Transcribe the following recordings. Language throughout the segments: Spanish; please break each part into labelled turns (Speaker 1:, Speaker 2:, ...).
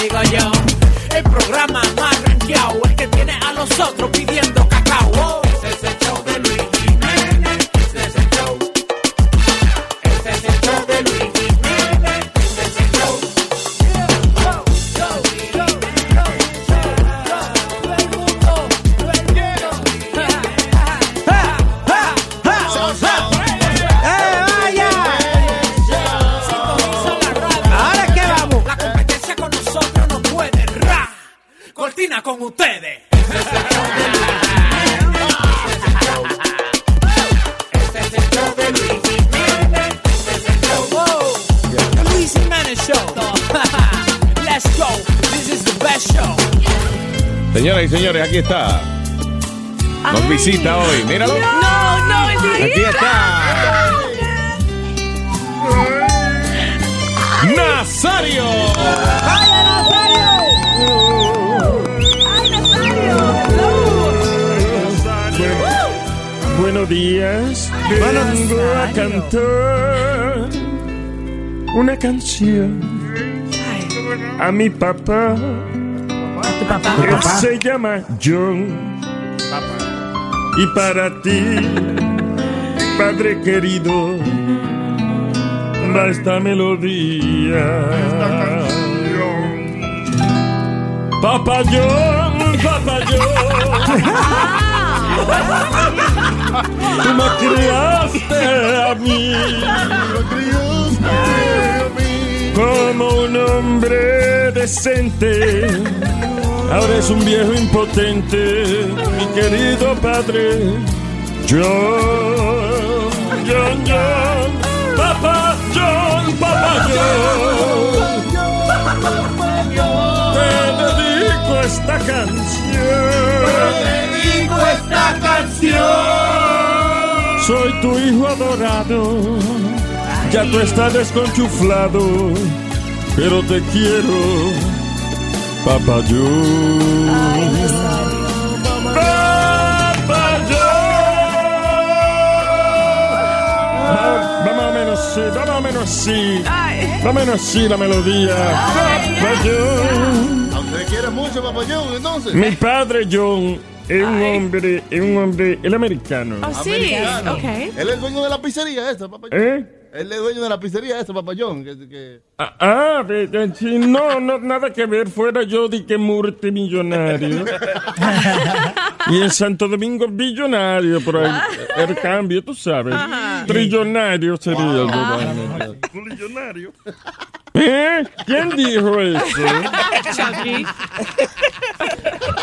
Speaker 1: digo yo. El programa más rankeado, el que tiene a los otros pidiendo cacao. Oh, Ese es el show de Luis Jiménez. Ese es el show. Ese es el show de Luis Jiménez. Ese es el show.
Speaker 2: ¡Eh, vaya!
Speaker 1: Ahora que vamos. La competencia con nosotros no puede. Ra. Cortina con ustedes. The oh. Luis Jiménez Show. Let's go. This is the best show.
Speaker 3: Señoras y señores, aquí está. Nos visita hoy. Míralo.
Speaker 4: No, no,
Speaker 3: Aquí está. Nazario.
Speaker 4: ¡Ay, Nazario! ¡Hello!
Speaker 5: Buenos días, vengo a cantar una canción a mi papá que se llama John. Y para ti, padre querido, va esta melodía. Papá John, papá John. Tú me criaste a mí como un hombre decente. Ahora es un viejo impotente, mi querido padre. John, John, John, papá John, papá John. Te dedico esta canción. Soy tu hijo adorado. Ya tú estás desconchuflado, pero te quiero, papá yo. Papá yo. Va- va más o menos así, va más o menos así. Va menos así la melodía. Papá yo.
Speaker 6: A usted quiere mucho, papayón, entonces.
Speaker 5: Mi padre John es un hombre, es un hombre, el americano.
Speaker 4: Oh, sí,
Speaker 6: Americano.
Speaker 4: ok.
Speaker 6: Él es el dueño de la pizzería esa, papayón.
Speaker 5: ¿Eh?
Speaker 6: Él es dueño de la pizzería esa, papayón. Que, que...
Speaker 5: Ah, ah, de- de- sí, no, no, nada que ver, fuera yo de que murte millonario. y en Santo Domingo billonario, por ahí, el cambio, tú sabes. Trillonario sería yo. ¿no? ¿Eh? ¿Quién dijo eso?
Speaker 4: Chucky.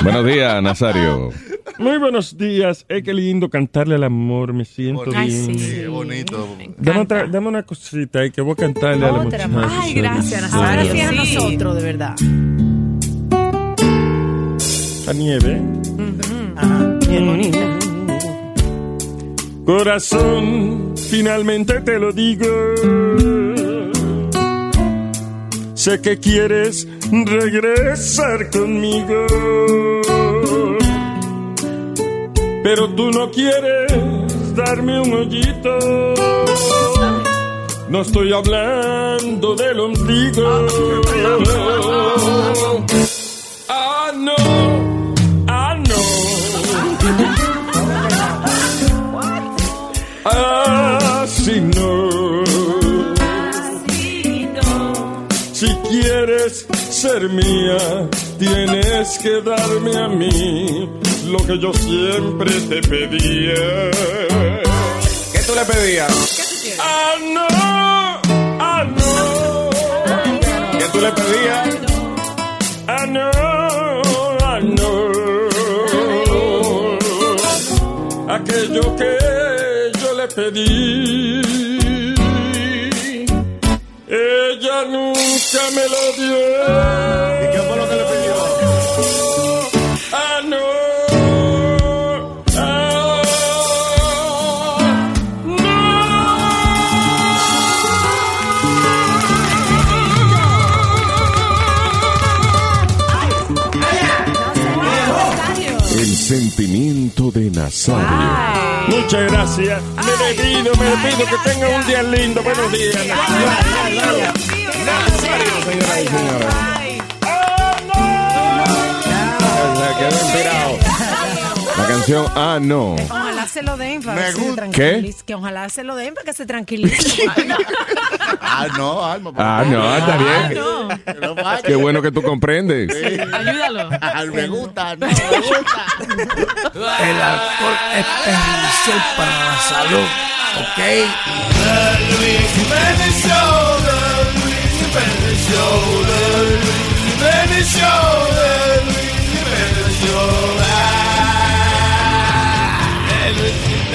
Speaker 3: Buenos días, Nazario.
Speaker 5: Muy buenos días, eh, qué lindo cantarle al amor, me siento
Speaker 4: Ay,
Speaker 5: bien.
Speaker 4: sí.
Speaker 6: Qué bonito.
Speaker 5: Dame, otra- dame una cosita eh, que voy a cantarle a la muchacha.
Speaker 4: Ay, gracias,
Speaker 7: Ahora
Speaker 4: Nazario.
Speaker 7: sí es a
Speaker 4: Sí.
Speaker 7: nosotros, de verdad.
Speaker 5: La nieve. Corazón, finalmente te lo digo. Sé que quieres regresar conmigo. Pero tú no quieres darme un hoyito. No estoy hablando del ombligo. Ah, no. Ah, no. Ah, si no. Si quieres ser mía, tienes que darme a mí lo que yo siempre te pedía.
Speaker 3: ¿Qué tú le pedías?
Speaker 5: Ah, no. Ah, no.
Speaker 3: ¿Qué tú le pedías?
Speaker 5: I know, I know aquello que yo le pedí. Ella nunca me lo dio. ¿Y qué fue lo que le pidió? I know, ah,
Speaker 3: El sentimiento de Nazario.
Speaker 5: Muchas gracias. Me despido, me despido. Que tenga un día lindo. Buenos días.
Speaker 3: Nazario, señoras y señores.
Speaker 5: ¡Ay!
Speaker 3: se quedó inspirado. La canción Ah, no.
Speaker 2: Ojalá se lo den para
Speaker 6: Me
Speaker 2: que se
Speaker 6: gusta.
Speaker 2: tranquilice. Que ojalá se lo den para que se tranquilice.
Speaker 6: Ah, no, alma. por
Speaker 3: Ah,
Speaker 6: favor.
Speaker 3: no, está bien.
Speaker 4: No,
Speaker 6: Que
Speaker 5: Ah,
Speaker 6: no falle.
Speaker 3: Qué bueno que tú comprendes.
Speaker 4: ayúdalo.
Speaker 6: Ah, me gusta, no, me gusta.
Speaker 7: El alcohol es perjudicial para la salud. ¿Ok?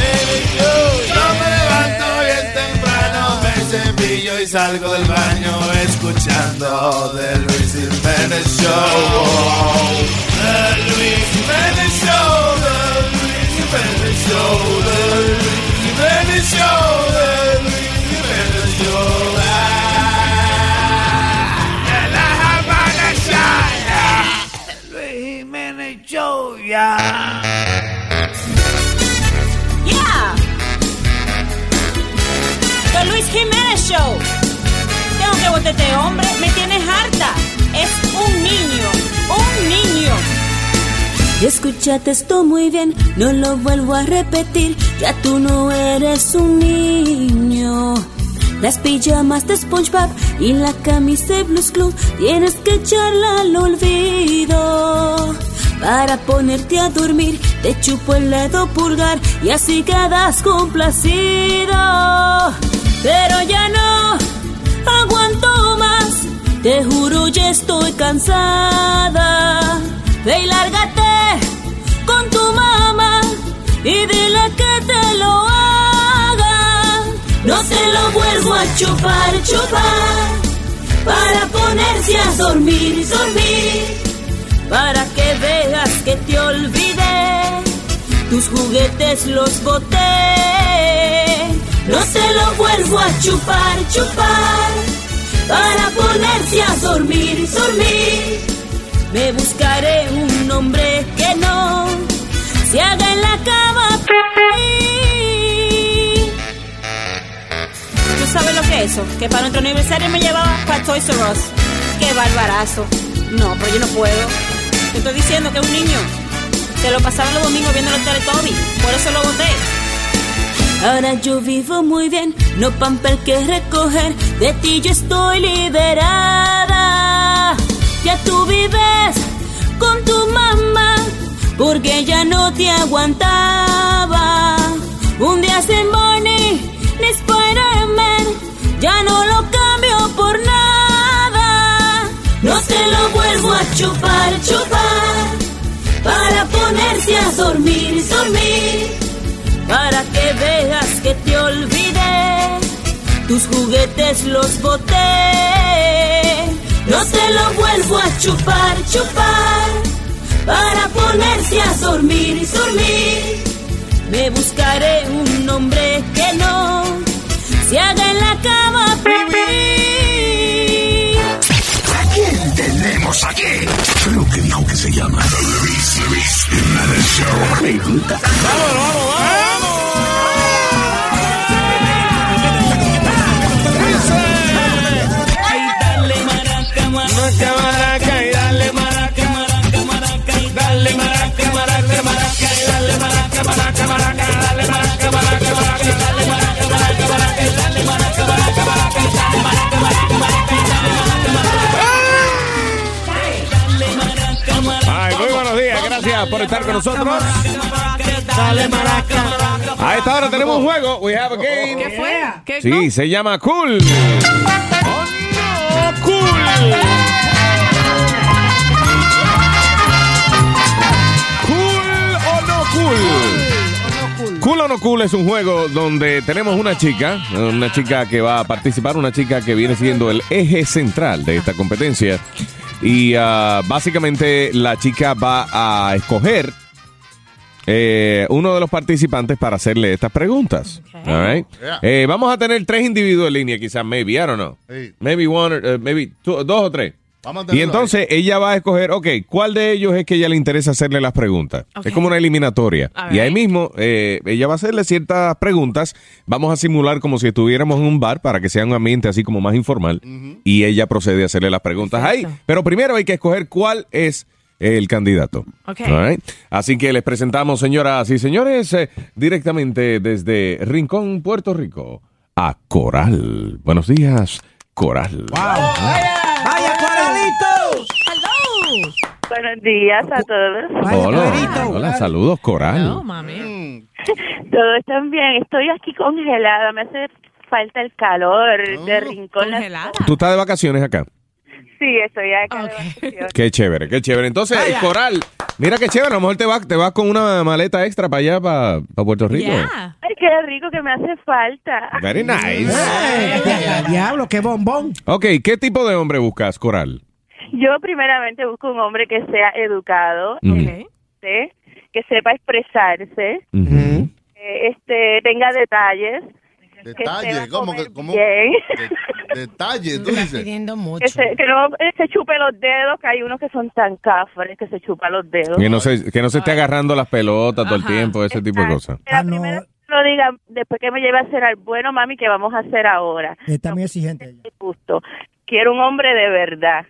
Speaker 7: Yo me levanto bien temprano, me cepillo y salgo del baño escuchando de Luis Jiménez Show. The Luis Jiménez Show, The Luis Jiménez Show, The Luis Jiménez Show, The Luis Jiménez Show. Ah, de la Habana Shaya, Luis Jiménez Show, ya.
Speaker 8: Yeah. The Luis Jiménez Show. Tengo que botar este hombre, me tienes harta. Es un niño, un niño.
Speaker 9: Escúchate esto muy bien, no lo vuelvo a repetir, ya tú no eres un niño. Las pijamas de SpongeBob y la camisa de Blues Club tienes que echarla al olvido. Para ponerte a dormir te chupo el dedo pulgar y así quedas complacido. Pero ya no aguanto más, te juro ya estoy cansada. Ve y lárgate con tu mamá y dile que te lo haga. No se lo vuelvo a chupar, chupar, para ponerse a dormir, dormir, para que veas que te olvidé, tus juguetes los boté. No se lo vuelvo a chupar, chupar, para ponerse a dormir, dormir. Me buscaré un hombre que no se haga en la cama.
Speaker 8: ¿Tú sabes lo que es eso? Que para nuestro aniversario me llevaba para Toys R Us. ¡Qué barbarazo! No, pero yo no puedo. Te estoy diciendo que es un niño. Se lo pasaba los domingos viendo los Teletubbies. Por eso lo boté.
Speaker 9: Ahora yo vivo muy bien, no pamper que recoger, de ti yo estoy liberada. Ya tú vives con tu mamá, porque ya no te aguantaba. Un día sin Bonnie, ni Spider-Man, ya no lo cambio por nada. No se lo vuelvo a chupar, chupar, para ponerse a dormir, dormir para que veas que te olvidé. Tus juguetes los boté. No se lo vuelvo a chupar, chupar, para ponerse a dormir, dormir. Me buscaré un hombre que no se haga en la cama pipí.
Speaker 7: ¿A quién tenemos aquí? Creo que dijo que se llama Luis, Luis Jiménez Show. Me gusta.
Speaker 3: Ay, muy buenos días. Gracias por estar con nosotros. A esta hora tenemos un juego. We have a game.
Speaker 4: ¿Qué fue? ¿Qué
Speaker 3: Sí, se llama Cool. Oh, no, cool. Cool o no cool. Cool o no cool es un juego donde tenemos una chica, una chica que va a participar, una chica que viene siendo el eje central de esta competencia. Y ah, básicamente la chica va a escoger eh, uno de los participantes para hacerle estas preguntas. All right.
Speaker 6: Yeah.
Speaker 3: Eh, vamos a tener tres individuos en línea, quizás, maybe, I don't know.
Speaker 6: Sí.
Speaker 3: Maybe one, or- eh, maybe two- dos o tres.
Speaker 6: Vamos a
Speaker 3: Y
Speaker 6: tenerlo
Speaker 3: entonces ella va a escoger, ok, ¿cuál de ellos es que ella le interesa hacerle las preguntas?
Speaker 4: Ok.
Speaker 3: Es como una eliminatoria.
Speaker 4: All
Speaker 3: Y ahí
Speaker 4: right.
Speaker 3: mismo eh, ella va a hacerle ciertas preguntas. Vamos a simular como si estuviéramos en un bar para que sea un ambiente así como más informal. Y ella procede a hacerle las preguntas ahí. Pero primero hay que escoger cuál es el candidato.
Speaker 4: Ok.
Speaker 3: All right. Así que les presentamos, señoras y señores, eh, directamente desde Rincón, Puerto Rico, a Coral. Buenos días, Coral.
Speaker 1: ¡Vaya, Coralitos! ¡Hello!
Speaker 10: Buenos días a todos.
Speaker 3: Hola, hola, saludos, Coral.
Speaker 10: mami. Todo está Mm. bien. Estoy aquí congelada. Me hace falta el calor de rincón. ¿Congelada?
Speaker 3: Tú estás de vacaciones acá.
Speaker 10: Sí, estoy acá. de vacaciones.
Speaker 3: Qué chévere, qué chévere. Entonces,
Speaker 10: Vaya.
Speaker 3: Coral, mira qué chévere, a lo mejor te vas, te vas con una maleta extra para allá, para, para Puerto Rico. ¿eh?
Speaker 10: Ay, qué rico que me hace falta.
Speaker 3: Very nice.
Speaker 11: Diablo, qué bombón.
Speaker 3: Ok, ¿qué tipo de hombre buscas, Coral?
Speaker 10: Yo primeramente busco un hombre que sea educado, ¿sí? que sepa expresarse, eh, este, tenga detalles.
Speaker 6: Detalles, ¿cómo? que- cómo?
Speaker 10: Bien.
Speaker 6: Detalles, tú dices.
Speaker 10: Que, se- que no eh, se chupe los dedos, que hay unos que son tan cáfares que se chupan los dedos.
Speaker 3: Que no se, que no se esté agarrando las pelotas todo el tiempo, ese tipo de cosas.
Speaker 10: Que la primera vez que lo diga, después que me lleve a cenar, bueno, mami, ¿qué vamos a hacer ahora?
Speaker 11: Está muy exigente. ella.
Speaker 10: Justo. Quiero un hombre de verdad.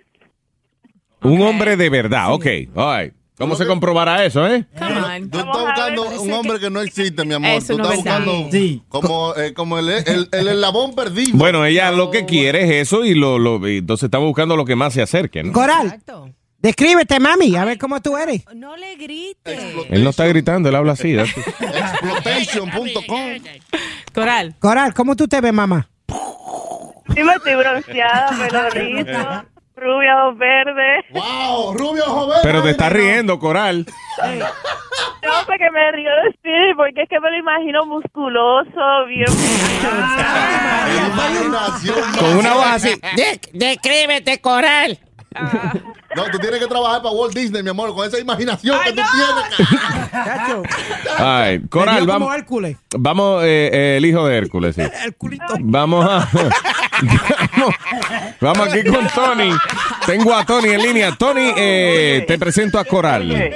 Speaker 3: Un hombre de verdad, ok. All right. ¿Cómo se comprobará eso, eh?
Speaker 6: Tú estás buscando un hombre que no existe, mi amor.
Speaker 1: Eso
Speaker 6: Tú
Speaker 1: no
Speaker 6: estás
Speaker 1: es verdad.
Speaker 6: buscando como, eh, como el, el, el eslabón perdido.
Speaker 3: Bueno, ella lo que quiere es eso y lo, lo y entonces estamos buscando lo que más se acerque, ¿no?
Speaker 11: Coral, descríbete, mami, a ver cómo tú eres.
Speaker 2: No le grites.
Speaker 3: Él no está gritando, él habla así. ¿eh?
Speaker 6: Explotation.com.
Speaker 11: Coral. Coral, ¿cómo tú te ves, mamá?
Speaker 10: Sí, me estoy bronceada, pelo rizo, rubia o verde.
Speaker 6: ¡Wow! ¡Rubia o verde!
Speaker 3: Pero te está riendo, Coral.
Speaker 10: No, porque me río de sí, porque es que me lo imagino musculoso, bien.
Speaker 3: Con una voz así.
Speaker 6: descríbete, coral. No, tú tienes que trabajar para Walt Disney, mi amor, con esa imaginación que tú tienes.
Speaker 3: All right. Coral,
Speaker 11: como
Speaker 3: vamos. Vamos, eh, eh, el hijo de Hércules, sí. Vamos a. vamos, vamos aquí con Tony. Tengo a Tony en línea. Tony, eh, te presento a Coral.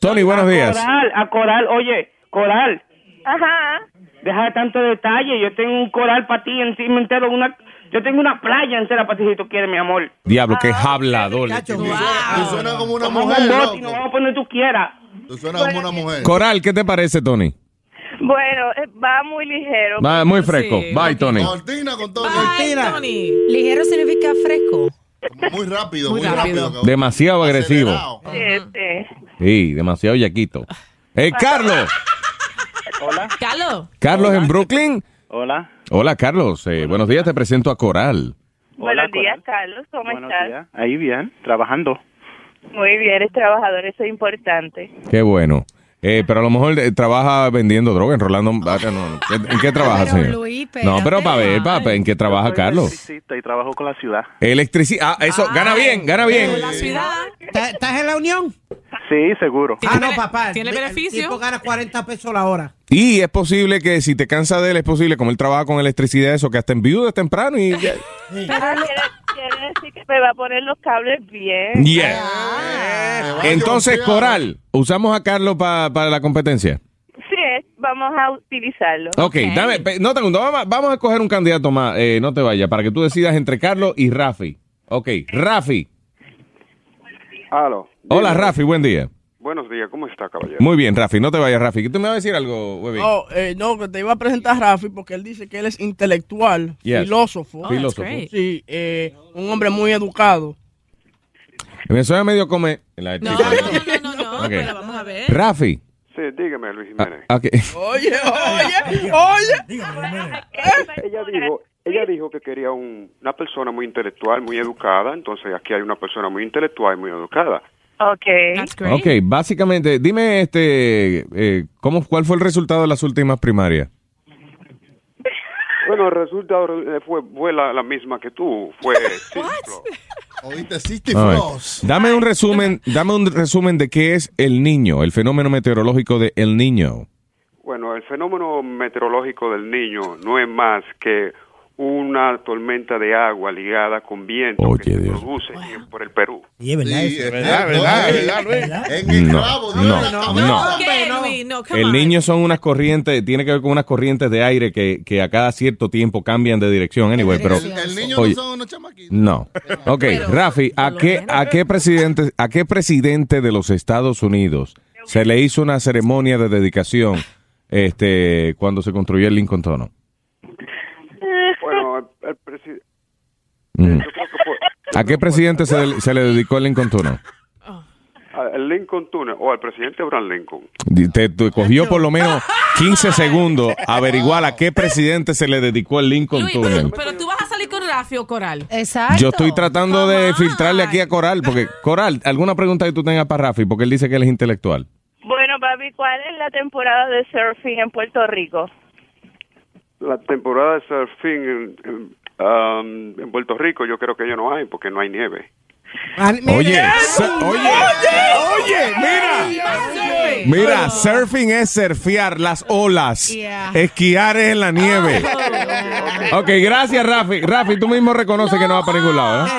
Speaker 3: Tony, buenos días.
Speaker 12: Coral, a Coral, oye, Coral.
Speaker 10: Ajá.
Speaker 12: Deja de tanto detalle, yo tengo un coral para ti encima entero, una, yo tengo una playa entera para ti si tú quieres, mi amor.
Speaker 3: Diablo, qué hablador.
Speaker 6: Tú suenas como una
Speaker 12: Vamos a
Speaker 6: mujer,
Speaker 12: un bote
Speaker 6: loco.
Speaker 12: y nos vamos a poner tú quieras.
Speaker 6: Tú suenas como una mujer.
Speaker 3: Coral, ¿qué te parece, Tony?
Speaker 10: Bueno, eh, va muy ligero.
Speaker 3: Va muy fresco. Bye, Tony.
Speaker 6: Cortina con todo.
Speaker 2: Ligero significa fresco.
Speaker 6: Muy rápido,
Speaker 2: Muy
Speaker 6: muy, rápido.
Speaker 3: Demasiado agresivo.
Speaker 10: Este.
Speaker 3: Sí, demasiado yaquito. Eh, Carlos.
Speaker 13: Hola.
Speaker 4: Carlos.
Speaker 3: Carlos en Brooklyn.
Speaker 13: Hola.
Speaker 3: Hola, Carlos. Eh, buenos días, te presento a Coral.
Speaker 10: Buenos días, Carlos, ¿cómo estás?
Speaker 13: Ahí bien, trabajando.
Speaker 10: Muy bien, eres trabajador, eso es importante.
Speaker 3: Qué bueno. Eh, pero a lo mejor eh, trabaja vendiendo droga, enrolando... ah, no, no. ¿En qué trabaja, señor? no, pero para ver, para ¿en qué trabaja Carlos?
Speaker 13: Electricista y trabajo con la ciudad.
Speaker 3: Electricidad. Ah, eso, gana bien, gana bien.
Speaker 11: ¿Está- ¿Estás en la unión?
Speaker 13: Sí, seguro.
Speaker 11: Ah, no, papá.
Speaker 4: ¿Tiene
Speaker 11: El-
Speaker 4: beneficio?
Speaker 11: El tipo gana 40 pesos la hora.
Speaker 3: Y es posible que si te cansa de él, es posible, como él trabaja con electricidad, eso, que hasta en viuda temprano y... ya-
Speaker 10: Pero quiere, Ah, quiere decir que me va a poner los cables bien.
Speaker 3: Yeah. Entonces, Coral, usamos a Carlos pa- para la competencia.
Speaker 10: Sí, es- vamos a utilizarlo.
Speaker 3: Ok, dame, pe- no te pregunto, vamos, a- vamos a escoger un candidato más, eh, no te vayas, para que tú decidas entre Carlos y Rafi. Ok, Rafi.
Speaker 14: Aló.
Speaker 3: Hola, Rafi, buen día.
Speaker 14: Buenos días, ¿cómo está, caballero?
Speaker 3: Muy bien, Rafi, no te vayas, Rafi. ¿Tú me vas a decir algo, Webby?
Speaker 15: No, eh, no, que te iba a presentar a Rafi porque él dice que él es intelectual,
Speaker 3: Yes.
Speaker 15: filósofo.
Speaker 3: Oh, that's Filósofo. great.
Speaker 15: Sí, eh, un hombre muy educado.
Speaker 3: Me suena medio come... La
Speaker 15: No,
Speaker 3: chica.
Speaker 15: no, no,
Speaker 3: Ok.
Speaker 15: pero
Speaker 14: vamos a ver.
Speaker 3: Rafi.
Speaker 14: Sí, dígame, Luis Jiménez.
Speaker 3: Ok.
Speaker 15: Oye, oye, oye.
Speaker 14: Ella dijo, ella dijo que quería un- una persona muy intelectual, muy educada, entonces aquí hay una persona muy intelectual y muy educada.
Speaker 10: Ok.
Speaker 3: Ok, básicamente, dime este, eh, ¿cómo, ¿cuál fue el resultado de las últimas primarias?
Speaker 14: Bueno, el resultado eh, fue, fue la, la misma que tú, fue Cifro.
Speaker 6: Oíste, Sisti
Speaker 3: All right.
Speaker 6: Frost.
Speaker 3: Dame un resumen, dame un resumen de qué es el niño, el fenómeno meteorológico de el niño.
Speaker 14: Bueno, el fenómeno meteorológico del niño no es más que
Speaker 15: una tormenta de agua ligada con viento que se produce por el Perú.
Speaker 11: Y es verdad.
Speaker 15: Sí,
Speaker 11: eso.
Speaker 15: es verdad, verdad, verdad, Luis.
Speaker 3: No, no, no.
Speaker 16: ¿Qué, Luis? No, come
Speaker 3: El
Speaker 16: on.
Speaker 3: niño son unas corrientes, tiene que ver con unas corrientes de aire que, que a cada cierto tiempo cambian de dirección. Anyway, pero.
Speaker 6: El- el niño
Speaker 3: oye,
Speaker 6: no son unos
Speaker 3: No. Ok, Rafi, ¿a qué, ¿a qué presidente, a qué presidente de los Estados Unidos se le hizo una ceremonia de dedicación este cuando se construyó el Lincoln Tunnel?
Speaker 15: Bueno, el, el presi-
Speaker 3: Ujú.
Speaker 15: yo creo que fue-
Speaker 3: ¿A qué presidente se, le- se le dedicó el Lincoln Tunnel?
Speaker 15: al Lincoln Tunnel o al presidente Abraham Lincoln.
Speaker 3: Te, te cogió por lo menos 15 segundos averiguar a qué presidente se le dedicó el Lincoln
Speaker 16: Luis, pero,
Speaker 3: Tunnel.
Speaker 16: pero tú vas a salir con Rafi o Coral.
Speaker 2: Exacto.
Speaker 3: Yo estoy tratando de filtrarle aquí a Coral, porque Coral, ¿alguna pregunta que tú tengas para Rafi? Porque él dice que él es intelectual.
Speaker 10: Bueno, papi, ¿cuál es la temporada de surfing en Puerto Rico?
Speaker 15: La temporada de surfing en, en- um, en Puerto Rico yo creo que ya no hay porque no hay nieve.
Speaker 3: Oye, sa- oye,
Speaker 17: Oye,
Speaker 16: mira.
Speaker 3: mira, surfing es surfear las olas, esquiar es en la nieve. Ok, gracias Rafi. Rafi, tú mismo reconoces que no va para ningún lado, ¿eh?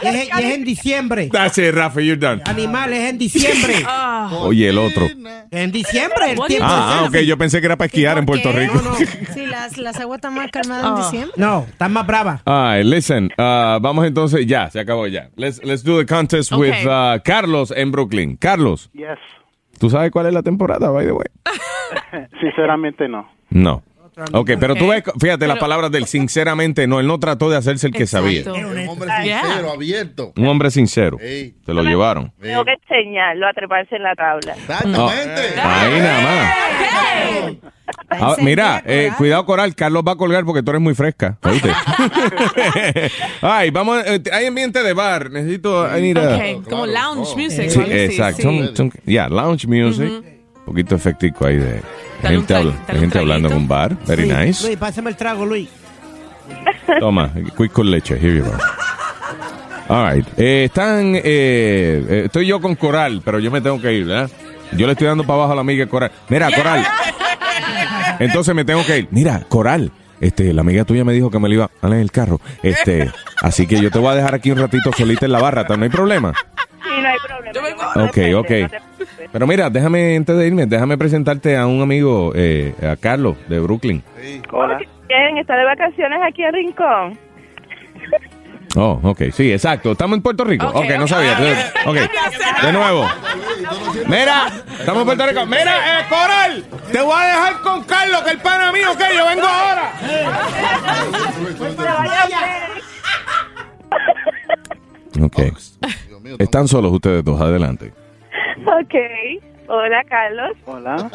Speaker 11: Y es,
Speaker 4: Ah.
Speaker 11: y es en diciembre.
Speaker 3: That's it, Rafi, you're done.
Speaker 11: Animal, es en diciembre.
Speaker 4: Ah.
Speaker 3: Oye, el otro.
Speaker 11: En diciembre, el tiempo.
Speaker 3: Ah, ah, ok, yo pensé que era para esquiar en Puerto Rico.
Speaker 2: Sí, las, las aguas están más calmadas
Speaker 4: Ah.
Speaker 2: en
Speaker 10: Ah.
Speaker 2: diciembre.
Speaker 11: No, estás más brava.
Speaker 3: All right, listen, uh, vamos entonces, ya, se acabó ya. Let's, let's do the contest
Speaker 2: Okay.
Speaker 3: with uh, Carlos en Brooklyn. Carlos,
Speaker 8: Yes.
Speaker 3: ¿tú sabes cuál es la temporada, by the way?
Speaker 8: Sinceramente no.
Speaker 3: No. Ok, pero tú
Speaker 8: Ok.
Speaker 3: ves, fíjate las palabras del sinceramente no, él no trató de hacerse el que sabía.
Speaker 6: Un hombre
Speaker 10: Yeah.
Speaker 6: sincero, abierto.
Speaker 3: Un hombre sincero.
Speaker 6: Ey.
Speaker 3: Se lo llevaron.
Speaker 10: Tengo que enseñarlo a treparse en la tabla.
Speaker 3: No, ahí nada más. Ah, mira, eh, cuidado Coral, Carlos va a colgar porque tú eres muy fresca. ¿oíste? Ay, vamos, eh, hay ambiente de bar, necesito... I need a-
Speaker 16: Ok, como lounge music.
Speaker 3: Oh. Sí,
Speaker 16: o algo así,
Speaker 3: exacto.
Speaker 16: sí.
Speaker 3: Son- son- yeah, lounge music. Un poquito efectico ahí de
Speaker 11: Dale un
Speaker 3: gente,
Speaker 11: tra-
Speaker 3: habla-
Speaker 11: dale
Speaker 3: de
Speaker 11: un
Speaker 3: gente hablando en un bar. Very
Speaker 11: Sí.
Speaker 3: nice.
Speaker 11: Luis, pásame el trago, Luis.
Speaker 3: Toma, quick con leche. Here you go. All right. Eh, están, eh, eh, estoy yo con Coral, pero yo me tengo que ir, ¿verdad? Yo le estoy dando para abajo a la amiga Coral. Mira, Coral. Entonces me tengo que ir. Mira, Coral. Este, la amiga tuya me dijo que me lo iba a en el carro. Este, así que yo te voy a dejar aquí un ratito solita en la barra, ¿tá? no hay problema.
Speaker 10: Sí, no hay problema.
Speaker 3: Ok, ok. Pero mira, déjame, antes de irme, déjame presentarte a un amigo, eh, a Carlos, de Brooklyn.
Speaker 10: Hola. Bien, está de vacaciones aquí en Rincón.
Speaker 3: Oh, ok, sí, exacto. Estamos en Puerto Rico. Ok, no sabía. Ok, de nuevo. Mira, estamos en Puerto Rico. Mira, eh, Coral, te voy a dejar con Carlos, que el pana mío, que yo vengo ahora. Ok. Están solos ustedes dos, adelante.
Speaker 10: Ok. Hola, Carlos.
Speaker 8: Hola.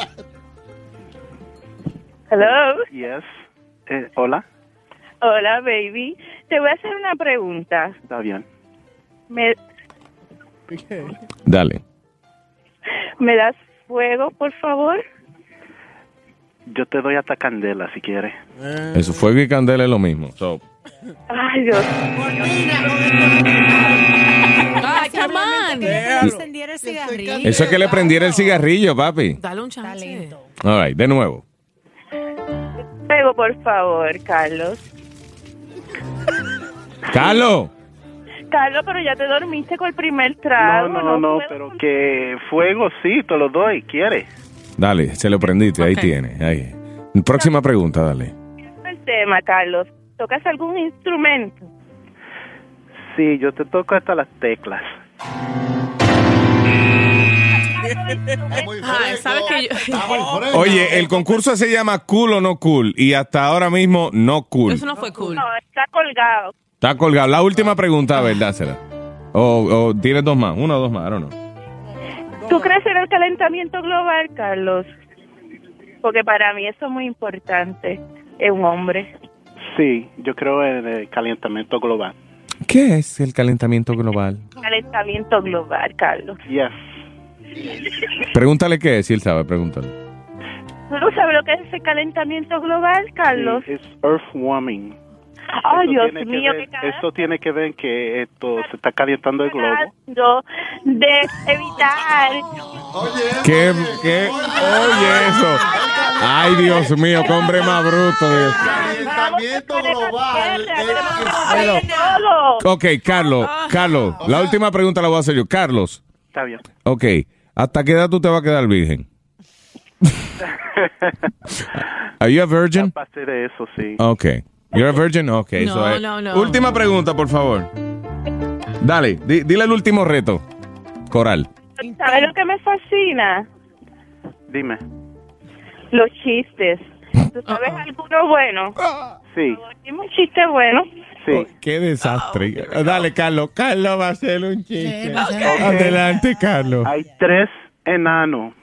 Speaker 10: Hello.
Speaker 8: Yes. Eh, hola.
Speaker 10: Hola, baby. Te voy a hacer una pregunta.
Speaker 8: Está bien.
Speaker 10: ¿Me,
Speaker 3: Dale.
Speaker 10: me das fuego, por favor?
Speaker 8: Yo te doy hasta candela si quieres.
Speaker 3: Eso, fuego y candela es lo mismo. So,
Speaker 10: Ay, Dios.
Speaker 16: Ay, come on.
Speaker 3: eso es que le prendiera el cigarrillo, papi.
Speaker 16: Dale un chance.
Speaker 3: All right, de nuevo.
Speaker 10: Fuego, por favor, Carlos.
Speaker 3: Carlos.
Speaker 10: Carlos, pero ya te dormiste con el primer trago.
Speaker 8: no, no, no, pero que fuego sí, te lo doy, ¿quieres?
Speaker 3: Dale, se lo prendiste, ahí tiene. Ahí. Próxima pregunta, dale.
Speaker 10: El tema, Carlos. ¿Tocas algún instrumento?
Speaker 8: Sí, yo te toco hasta las teclas.
Speaker 16: Ay, ¿sabes que yo...
Speaker 3: Oye, el concurso se llama Cool o No Cool y hasta ahora mismo no cool.
Speaker 16: Eso no fue cool.
Speaker 10: No, está colgado.
Speaker 3: Está colgado. La última pregunta, a ver, dásela. O, o tienes dos más, uno o dos más, I don't know.
Speaker 10: ¿Tú crees en el calentamiento global, Carlos? Porque para mí eso es muy importante. Es un hombre.
Speaker 8: Sí, yo creo en el calentamiento global.
Speaker 3: ¿Qué es el calentamiento global?
Speaker 10: Calentamiento global, Carlos.
Speaker 8: Yes.
Speaker 3: Pregúntale qué es, si él sabe, pregúntale.
Speaker 10: ¿Tú no sabes lo que es ese calentamiento global, Carlos?
Speaker 8: Sí, es earthwarming.
Speaker 10: Ay,
Speaker 8: Eso
Speaker 10: Dios
Speaker 8: tiene que
Speaker 10: mío,
Speaker 8: ver-
Speaker 10: que cada
Speaker 8: Esto tiene que ver que esto se está calentando el globo.
Speaker 10: tratando de evitar.
Speaker 3: ¿Qué? ¿Qué? Oye, eso. Ay, Dios mío, qué hombre más bruto. Dios.
Speaker 6: calentamiento global es
Speaker 3: Pero-
Speaker 6: que
Speaker 3: Ok, Carlos, Carlos, la última pregunta la voy a hacer yo. Carlos,
Speaker 8: Está bien.
Speaker 3: ok, ¿hasta qué edad tú te vas a quedar virgen? ¿Are you a virgin?
Speaker 8: Pasé de eso, sí.
Speaker 3: Ok. ¿You're a virgin? Ok,
Speaker 8: No,
Speaker 3: eso es.
Speaker 8: no, no.
Speaker 3: Última pregunta, por favor. Dale, di- dile el último reto, Coral.
Speaker 10: ¿Sabes lo que me fascina?
Speaker 8: Dime.
Speaker 10: Los chistes. ¿Tú sabes alguno bueno?
Speaker 8: Sí,
Speaker 10: Dime un chiste bueno.
Speaker 8: sí.
Speaker 3: Oh,
Speaker 8: Oh,
Speaker 3: Qué desastre. Dale, Carlos. Carlos va a hacer un chiste.
Speaker 8: Ok.
Speaker 3: Adelante, Carlos.
Speaker 8: Hay tres enanos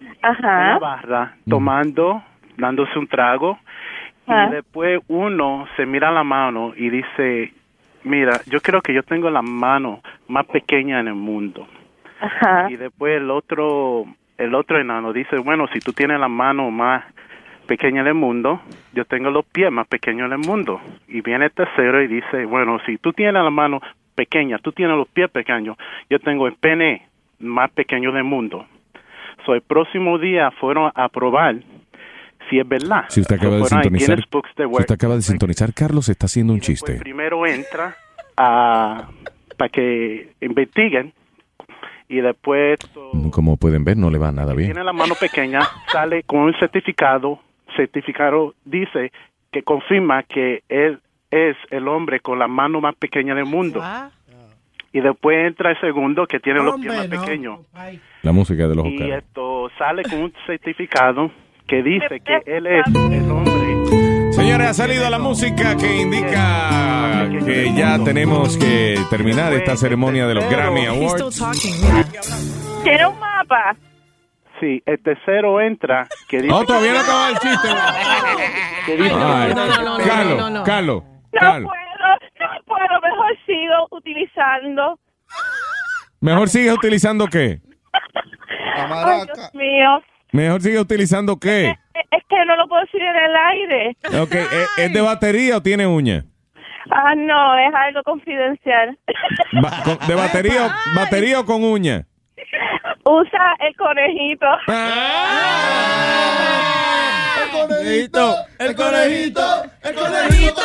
Speaker 8: en
Speaker 3: ¿Ah?
Speaker 10: Ajá.
Speaker 8: la barra tomando, dándose un trago.
Speaker 10: Ah.
Speaker 8: Y después uno se mira la mano y dice, mira, yo creo que yo tengo la mano más pequeña en el mundo.
Speaker 10: Ajá.
Speaker 8: Y después el otro, el otro enano dice, bueno, si tú tienes la mano más pequeña en el mundo, yo tengo los pies más pequeños en el mundo. Y viene el tercero y dice, bueno, si tú tienes la mano pequeña, tú tienes los pies pequeños, yo tengo el pene más pequeño del mundo. So, el próximo día fueron a probar si es verdad.
Speaker 3: Si usted acaba
Speaker 8: So,
Speaker 3: de
Speaker 8: fueron al
Speaker 3: sintonizar,
Speaker 8: Guinness Books de
Speaker 3: si
Speaker 8: World.
Speaker 3: usted acaba de sintonizar, Carlos está haciendo un chiste.
Speaker 8: Primero entra a, para que investiguen y después
Speaker 3: Como pueden ver, no le va nada bien.
Speaker 8: tiene la mano pequeña, sale con un certificado, certificado dice que confirma que él es el hombre con la mano más pequeña del mundo.
Speaker 2: Ah.
Speaker 8: Y después entra el segundo que tiene los pies más pequeños.
Speaker 3: La música de los
Speaker 8: Y
Speaker 3: Oscars.
Speaker 8: esto sale con un certificado que dice que él es el hombre.
Speaker 3: Señores, ha salido la música que indica que ya tenemos que terminar esta ceremonia de los Grammy
Speaker 2: He's
Speaker 3: Awards.
Speaker 2: still talking, mira.
Speaker 10: Quiero un mapa.
Speaker 8: Sí, el tercero entra que dice
Speaker 3: No, todavía no acaba el chiste.
Speaker 8: que dice-
Speaker 3: Ay,
Speaker 10: no, no.
Speaker 3: Carlos, Carlos, Carlos.
Speaker 10: No puedo, no puedo. Mejor sigo utilizando.
Speaker 3: Mejor sigue utilizando qué?
Speaker 10: Ay, Dios mío.
Speaker 3: Mejor sigue utilizando qué?
Speaker 10: Es que no lo puedo decir en el aire.
Speaker 3: Ok, ¿es- ¿es de batería o tiene uña?
Speaker 10: Ah, no, es algo confidencial.
Speaker 3: Ba- con- ¿De batería, o- batería o con uña?
Speaker 10: Usa el conejito.
Speaker 3: Ah.
Speaker 6: El conejito, el conejito, el conejito.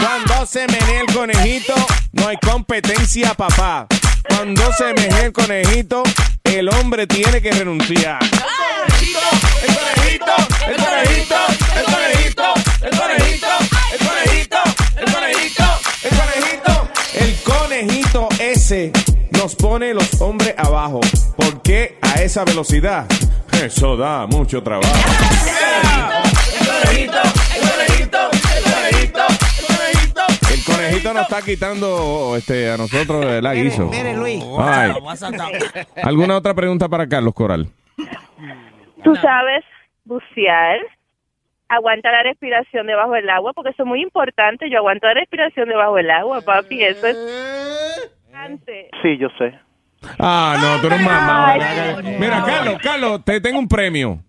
Speaker 3: Cuando se menea el conejito, no hay competencia, papá. Cuando se menea el conejito, el hombre tiene que renunciar.
Speaker 17: El conejito, el conejito, el conejito, el conejito, el conejito, el conejito.
Speaker 3: El conejito ese nos pone los hombres abajo. ¿Por qué a esa velocidad? Eso da mucho trabajo. El conejito nos está quitando este, a nosotros el aguizo.
Speaker 11: Mire, Luis.
Speaker 3: Ay. ¿Alguna otra pregunta para Carlos Coral?
Speaker 10: Tú sabes bucear. Aguanta la respiración debajo del agua, porque eso es muy importante. Yo aguanto la respiración debajo del agua, papi. Eso es.
Speaker 8: Sí, yo sé.
Speaker 3: Ah, no, tú eres mamá. Mira, Carlos, Carlos, te tengo un premio.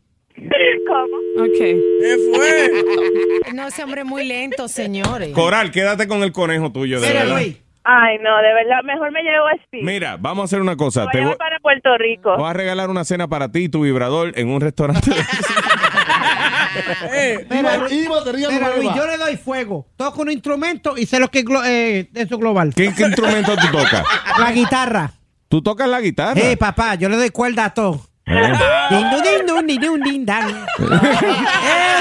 Speaker 2: ¿Cómo? Ok. ¿Qué fue? No, ese hombre es muy lento, señores.
Speaker 3: Coral, quédate con el conejo tuyo, de verdad.
Speaker 10: Ay, no, de verdad, mejor me llevo a Speed.
Speaker 3: Mira, vamos a hacer una cosa. Te
Speaker 10: Voy
Speaker 3: voy,
Speaker 10: para Puerto Rico.
Speaker 3: voy a regalar una cena para ti y tu vibrador en un restaurante.
Speaker 11: Mira,
Speaker 6: y batería
Speaker 11: mira,
Speaker 6: nueva.
Speaker 11: Luis, yo le doy fuego. Toco un instrumento y sé lo que es glo- eh, eso global.
Speaker 3: ¿Qué, qué instrumento tú tocas?
Speaker 11: La guitarra.
Speaker 3: ¿Tú tocas la guitarra?
Speaker 11: Eh, papá, yo le doy cuerda a todo. Din, dun, din, dun, din, dun, din, dan. Eh,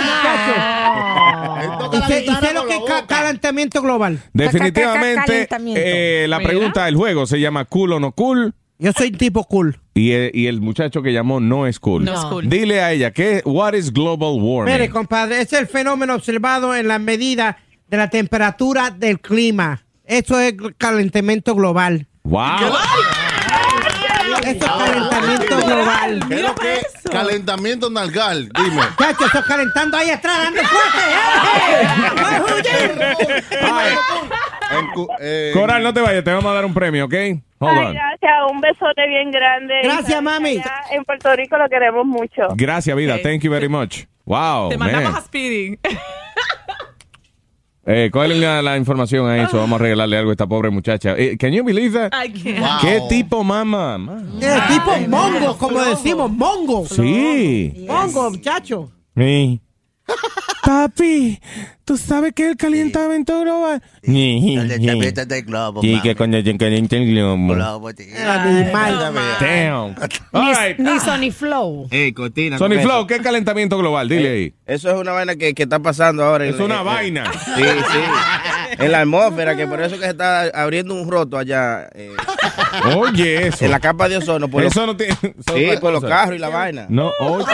Speaker 11: muchacho. Y sé- y sé lo que es ca- calentamiento global.
Speaker 3: Definitivamente, eh, la pregunta del juego se llama cool o no cool.
Speaker 11: Yo soy tipo cool.
Speaker 3: Y el, y el muchacho que llamó no es cool.
Speaker 11: No es cool.
Speaker 3: Dile a ella, ¿qué, what is global warming?
Speaker 11: Mire, compadre, es el fenómeno observado en la medida de la temperatura del clima. Eso es gl- calentamiento global.
Speaker 3: wow.
Speaker 11: Eso es calentamiento global.
Speaker 6: Ah, ¿Qué es lo que es? Calentamiento nalgal, dime.
Speaker 11: Chacho, estás calentando ahí atrás, dando fuerte. ¡Eh! ¡Vas a huir!
Speaker 6: En cu- eh,
Speaker 3: Coral, no te vayas, te vamos a dar un premio, ¿ok? Hold
Speaker 10: Ay,
Speaker 3: on.
Speaker 10: gracias, un besote bien grande. Gracias, mami. En Puerto Rico lo queremos mucho.
Speaker 3: Gracias, vida.
Speaker 10: Ok.
Speaker 3: Eh. Thank you very much. Wow,
Speaker 18: Te mandamos
Speaker 3: man.
Speaker 18: a Speedy.
Speaker 3: Eh, cógele la, la información a eso. Vamos a regalarle algo a esta pobre muchacha. Eh, can you believe that?
Speaker 4: I can't.
Speaker 3: ¿Qué tipo, mamá? Ma-
Speaker 11: Eh, tipo mongo, como decimos, mongo.
Speaker 3: Sí.
Speaker 11: Mongo, muchacho.
Speaker 3: Sí.
Speaker 11: Papi, ¿tú sabes que el calentamiento global?
Speaker 3: globo. Sí, que cuando se calienta el globo. Damn. All
Speaker 2: Ni,
Speaker 3: right.
Speaker 2: ni Sony Flow.
Speaker 19: Ey, cortina.
Speaker 3: Sony
Speaker 19: con
Speaker 3: Flow,
Speaker 19: eso.
Speaker 3: ¿qué calentamiento global? Dile ahí.
Speaker 19: Eh, Eso es una vaina que, que está pasando ahora. en
Speaker 3: Es
Speaker 19: la-
Speaker 3: una
Speaker 19: en-
Speaker 3: vaina.
Speaker 19: Sí, sí. En la atmósfera, que por eso que se está abriendo un roto allá. eh,
Speaker 3: Oye, eso.
Speaker 19: En la capa de ozono. Por
Speaker 3: Eso
Speaker 19: los,
Speaker 3: no tiene.
Speaker 19: Sí, por los carros y la vaina.
Speaker 3: No, oye.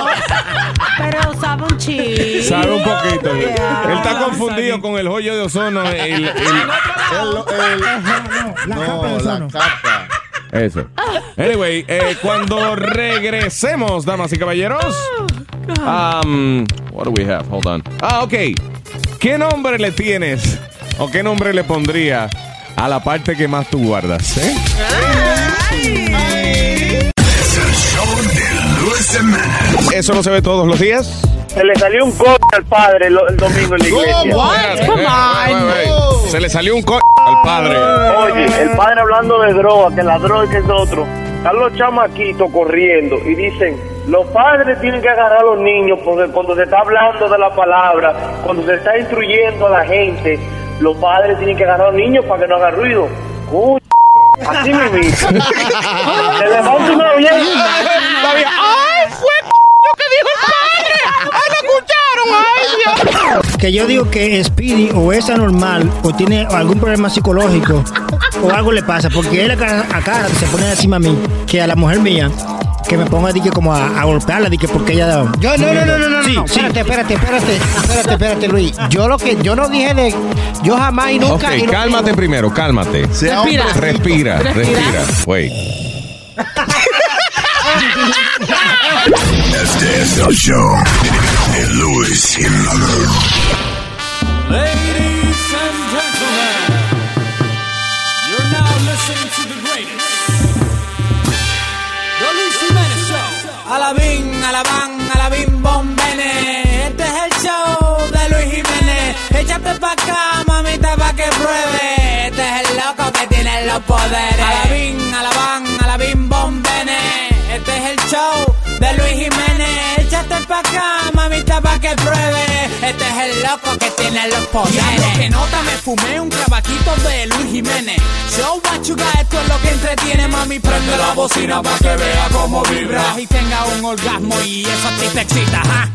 Speaker 2: Pero sabe un chiste.
Speaker 3: Sabe un poquito. sí. Él está confundido con el hoyo de ozono. el- el-
Speaker 6: No, la capa.
Speaker 3: Eso. Anyway, eh, cuando regresemos, damas y caballeros. Um, what do we have? Hold on. Ah, ok. ¿Qué nombre le tienes o qué nombre le pondría a la parte que más tú guardas? eh?
Speaker 7: Es el show de Luis Jiménez.
Speaker 3: Eso no se ve todos los días.
Speaker 20: Se le salió un coche al padre el, el domingo en la iglesia.
Speaker 3: Come Se le salió un co al padre.
Speaker 20: Oye, el padre hablando de droga, que la droga que es otro. Están los chamaquitos corriendo y dicen, los padres tienen que agarrar a los niños porque cuando se está hablando de la palabra, cuando se está instruyendo a la gente, los padres tienen que agarrar a los niños para que no haga ruido. Coño, así me Se levanta una vieja.
Speaker 4: La vieja, ¡Ay, fue p- lo que dijo el padre! ¡Ay, me escucharon! ¡Ay, Dios!
Speaker 21: Que yo digo que Speedy o es anormal o tiene algún problema psicológico o algo le pasa, porque él acá, acá se pone encima a mí, que a la mujer mía, que me ponga dique, como a, a golpearla, dique, porque ella...
Speaker 22: Yo, no, no, no, no, no,
Speaker 21: Sí,
Speaker 22: no.
Speaker 21: sí.
Speaker 22: Espérate, espérate, espérate, espérate, espérate, Luis. Yo lo que, yo no dije de, yo jamás y nunca. y
Speaker 3: Ok,
Speaker 22: no-
Speaker 3: cálmate primero, cálmate.
Speaker 22: Sea hombre.
Speaker 3: Respira,
Speaker 22: Respira.
Speaker 3: respira. Wait.
Speaker 7: Este es el show de Luis Jiménez.
Speaker 1: Ladies and gentlemen, you're now listening to the greatest. The Luis Jiménez Show. Alabín, alabán, alabín, bombene. Este es el show de Luis Jiménez. Échate pa' acá, mamita, pa' que pruebe. Este es el loco que tiene los poderes. Alabín, alabán, alabín, bombene. Este es el show de Luis Jiménez. Échate pa' acá, mamita, pa' que pruebe. Este es el loco que tiene los poderes. que nota, me fumé un tabaquito de Luis Jiménez. Show bachuga, esto es lo que entretiene, mami. Prende la bocina pa' que vea cómo vibra. Y tenga un orgasmo y eso a ti te excita, ajá.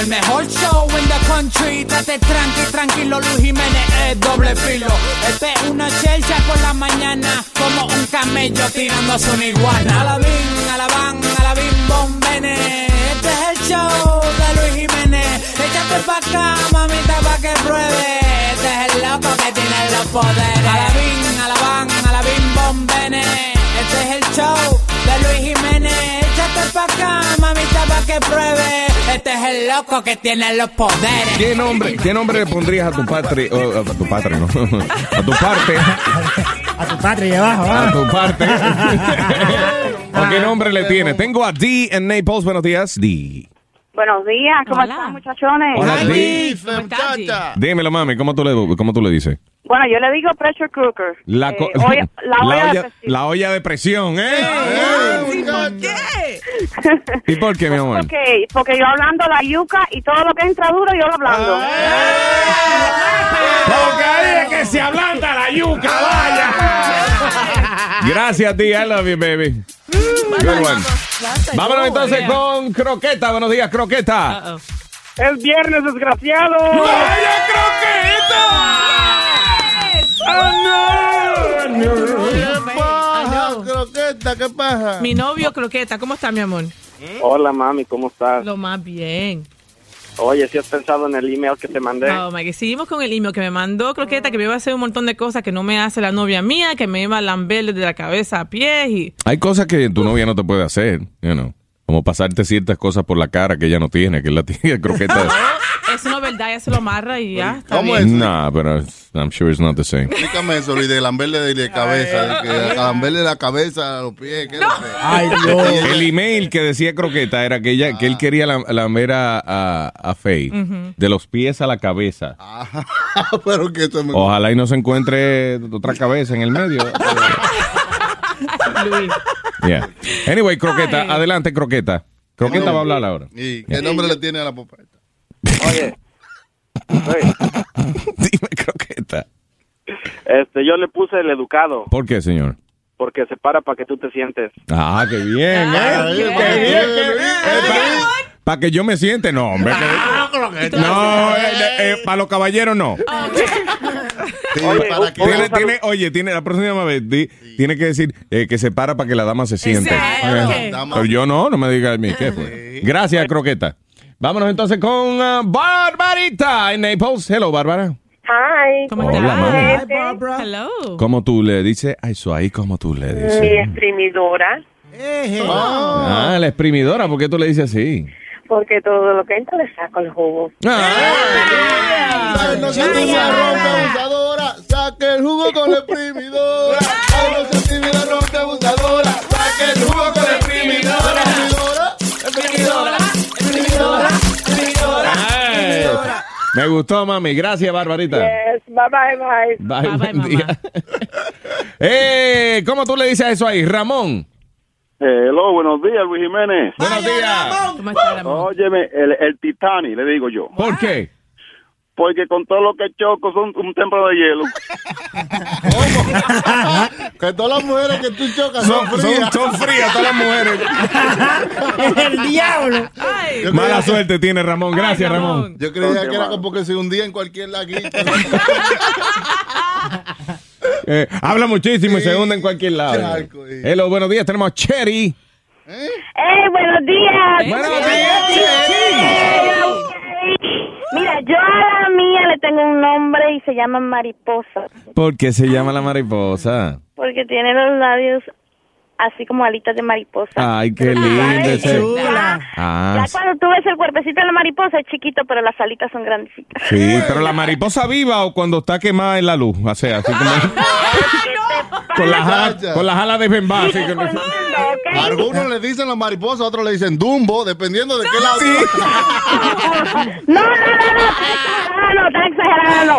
Speaker 1: El mejor show en the country, date tranqui, tranquilo, Luis Jiménez es doble filo. Este es una chelcha por la mañana, como un camello tirándose una iguana. Alabín, alabán, alabín, bombene, este es el show de Luis Jiménez. Échate pa' acá, mamita, pa' que pruebe, este es el loco que tiene los poderes. Alabín, alabán, alabín, bombene, este es el show de Luis Jiménez. Échate pa' acá, mamita, pa' que pruebe, este es el loco que tiene los poderes.
Speaker 3: ¿Qué nombre, ¿Qué nombre le pondrías a tu padre? o, a tu padre, no. A tu parte.
Speaker 21: A tu padre y abajo, ¿ah?
Speaker 3: A tu parte. ¿O qué nombre le tiene? Tengo a D en Naples. Buenos días, D.
Speaker 17: Buenos días, ¿cómo están, muchachones?
Speaker 3: Hola, Hola, Di.
Speaker 17: muchacha.
Speaker 3: Dímelo, mami, ¿cómo tú le, cómo tú le dices?
Speaker 17: Bueno, yo le digo pressure cooker.
Speaker 3: La,
Speaker 17: Eh,
Speaker 3: co-
Speaker 17: olla- la olla de presión.
Speaker 3: la olla de presión, ¿eh? ¿Y por qué, mi amor?
Speaker 17: Porque, porque yo hablando la yuca y todo lo que entra duro, yo lo hablando.
Speaker 3: Porque ahí es que se ablanda la yuca, vaya. Gracias, D. I love you, baby. Good one. Vámonos entonces con Croqueta. Buenos días, Croqueta.
Speaker 20: Es viernes, desgraciado.
Speaker 15: ¡Ah, no!
Speaker 6: ¿Qué paja, croqueta? ¿Qué paja?
Speaker 16: Mi novio Croqueta, ¿cómo está mi amor?
Speaker 20: Hola, mami, ¿cómo estás?
Speaker 16: Lo más bien.
Speaker 20: Oye, si has pensado en el email que te mandé.
Speaker 16: Oh my God. Seguimos con el email que me mandó Croqueta, que me iba a hacer un montón de cosas que no me hace la novia mía, que me iba a lamber desde la cabeza a pies y...
Speaker 3: Hay cosas que tu novia no te puede hacer, you know. Como pasarte ciertas cosas por la cara que ella no tiene, que él la tiene croqueta.
Speaker 16: Eso no es maldad, ya se lo amarra y ya. está
Speaker 3: ¿Cómo
Speaker 16: bien.
Speaker 3: es? Nah, pero it's- I'm sure it's not the same.
Speaker 6: Explícame eso, Luis, de lamberle de la cabeza, de que lamberle la cabeza a los pies. ¿qué es lo que-
Speaker 3: El email que decía Croqueta era que, ella, que él quería la- lamer a, a, a Faye
Speaker 6: Ujú.
Speaker 3: de los pies a la cabeza.
Speaker 6: Ah, Pero que eso me...
Speaker 3: Ojalá y no se encuentre otra cabeza en el medio.
Speaker 16: Luis.
Speaker 3: Yeah. Anyway, Croqueta, adelante, Croqueta. Croqueta va a hablar ahora.
Speaker 6: ¿Y qué nombre le tiene a la popa?
Speaker 3: Dime, Croqueta.
Speaker 5: Este, yo le puse el educado
Speaker 3: ¿Por qué, señor?
Speaker 5: porque se para para que tú te sientes.
Speaker 3: Ah, qué bien, ¿eh?
Speaker 5: qué
Speaker 3: Para que yo me siente, no, hombre. que- No, eh, para los caballeros no. Tiene- tiene- oye, tiene la próxima vez di- tiene que decir eh, que se para para que la dama se siente.
Speaker 1: Exacto.
Speaker 3: Eh, Pero yo no, no me diga a mí qué fue. Gracias, Croqueta. Vámonos entonces con ah, Barbarita en Naples. Hello, Bárbara.
Speaker 17: Hi.
Speaker 3: ¿Cómo Hola, estás? mami.
Speaker 17: Este,
Speaker 3: Hi,
Speaker 17: Barbara.
Speaker 16: Hello.
Speaker 3: Como tú le dices, ay, eso ahí como tú le dices.
Speaker 17: Mi exprimidora. Oh.
Speaker 3: Ah, la exprimidora, ¿por qué tú le dices así? Ah.
Speaker 17: Porque todo lo que entra le saco el jugo.
Speaker 6: Ay, no se
Speaker 17: Ay,
Speaker 6: tira
Speaker 17: ay,
Speaker 6: rompe abusadora, saque el jugo con la exprimidora. Ay, no se tira rompe abusadora, saque el jugo con la exprimidora. Exprimidora, exprimidora, exprimidora.
Speaker 3: Ay, Me gustó, mami. Gracias, Barbarita.
Speaker 17: Yes, bye bye bye.
Speaker 3: Bye, buen día. eh, ¿Cómo tú le dices eso ahí, Ramón?
Speaker 5: Hello, buenos días, Luis Jiménez.
Speaker 3: Buenos días.
Speaker 5: Óyeme, el, el Titanic, le digo yo.
Speaker 3: ¿Por qué?
Speaker 5: Ah. Porque con todo lo que choco son un templo de hielo.
Speaker 6: Que todas las mujeres que tú chocas son,
Speaker 3: Son- son-
Speaker 6: frías.
Speaker 3: son frías todas las mujeres.
Speaker 6: el diablo.
Speaker 3: Mala suerte tiene Ramón. Gracias, Ramón.
Speaker 6: Yo creía que era como que se hundía en cualquier laguito.
Speaker 3: Eh, habla muchísimo y se hunde en cualquier lado. Hello, buenos días. Tenemos a Cherry.
Speaker 17: ¡Eh, buenos días!
Speaker 3: ¡Buenos
Speaker 17: Mira, yo a la mía le tengo un nombre y se llama Mariposa,
Speaker 3: ¿Por qué se llama la mariposa?
Speaker 17: porque tiene los labios así como alitas de mariposa.
Speaker 3: Ay, qué lindo ese.
Speaker 17: Ya
Speaker 3: Ah,
Speaker 17: cuando tú ves el cuerpecito de la mariposa es chiquito, pero las alitas son grandecitas.
Speaker 3: sí, pero la mariposa viva o cuando está quemada en la luz. O sea, así como. Con las alas con las alas de Bemba, así que-
Speaker 6: Algunos le dicen la mariposa, otros le dicen Dumbo, dependiendo de qué lado.
Speaker 17: No, no, no, no, está exagerado, no,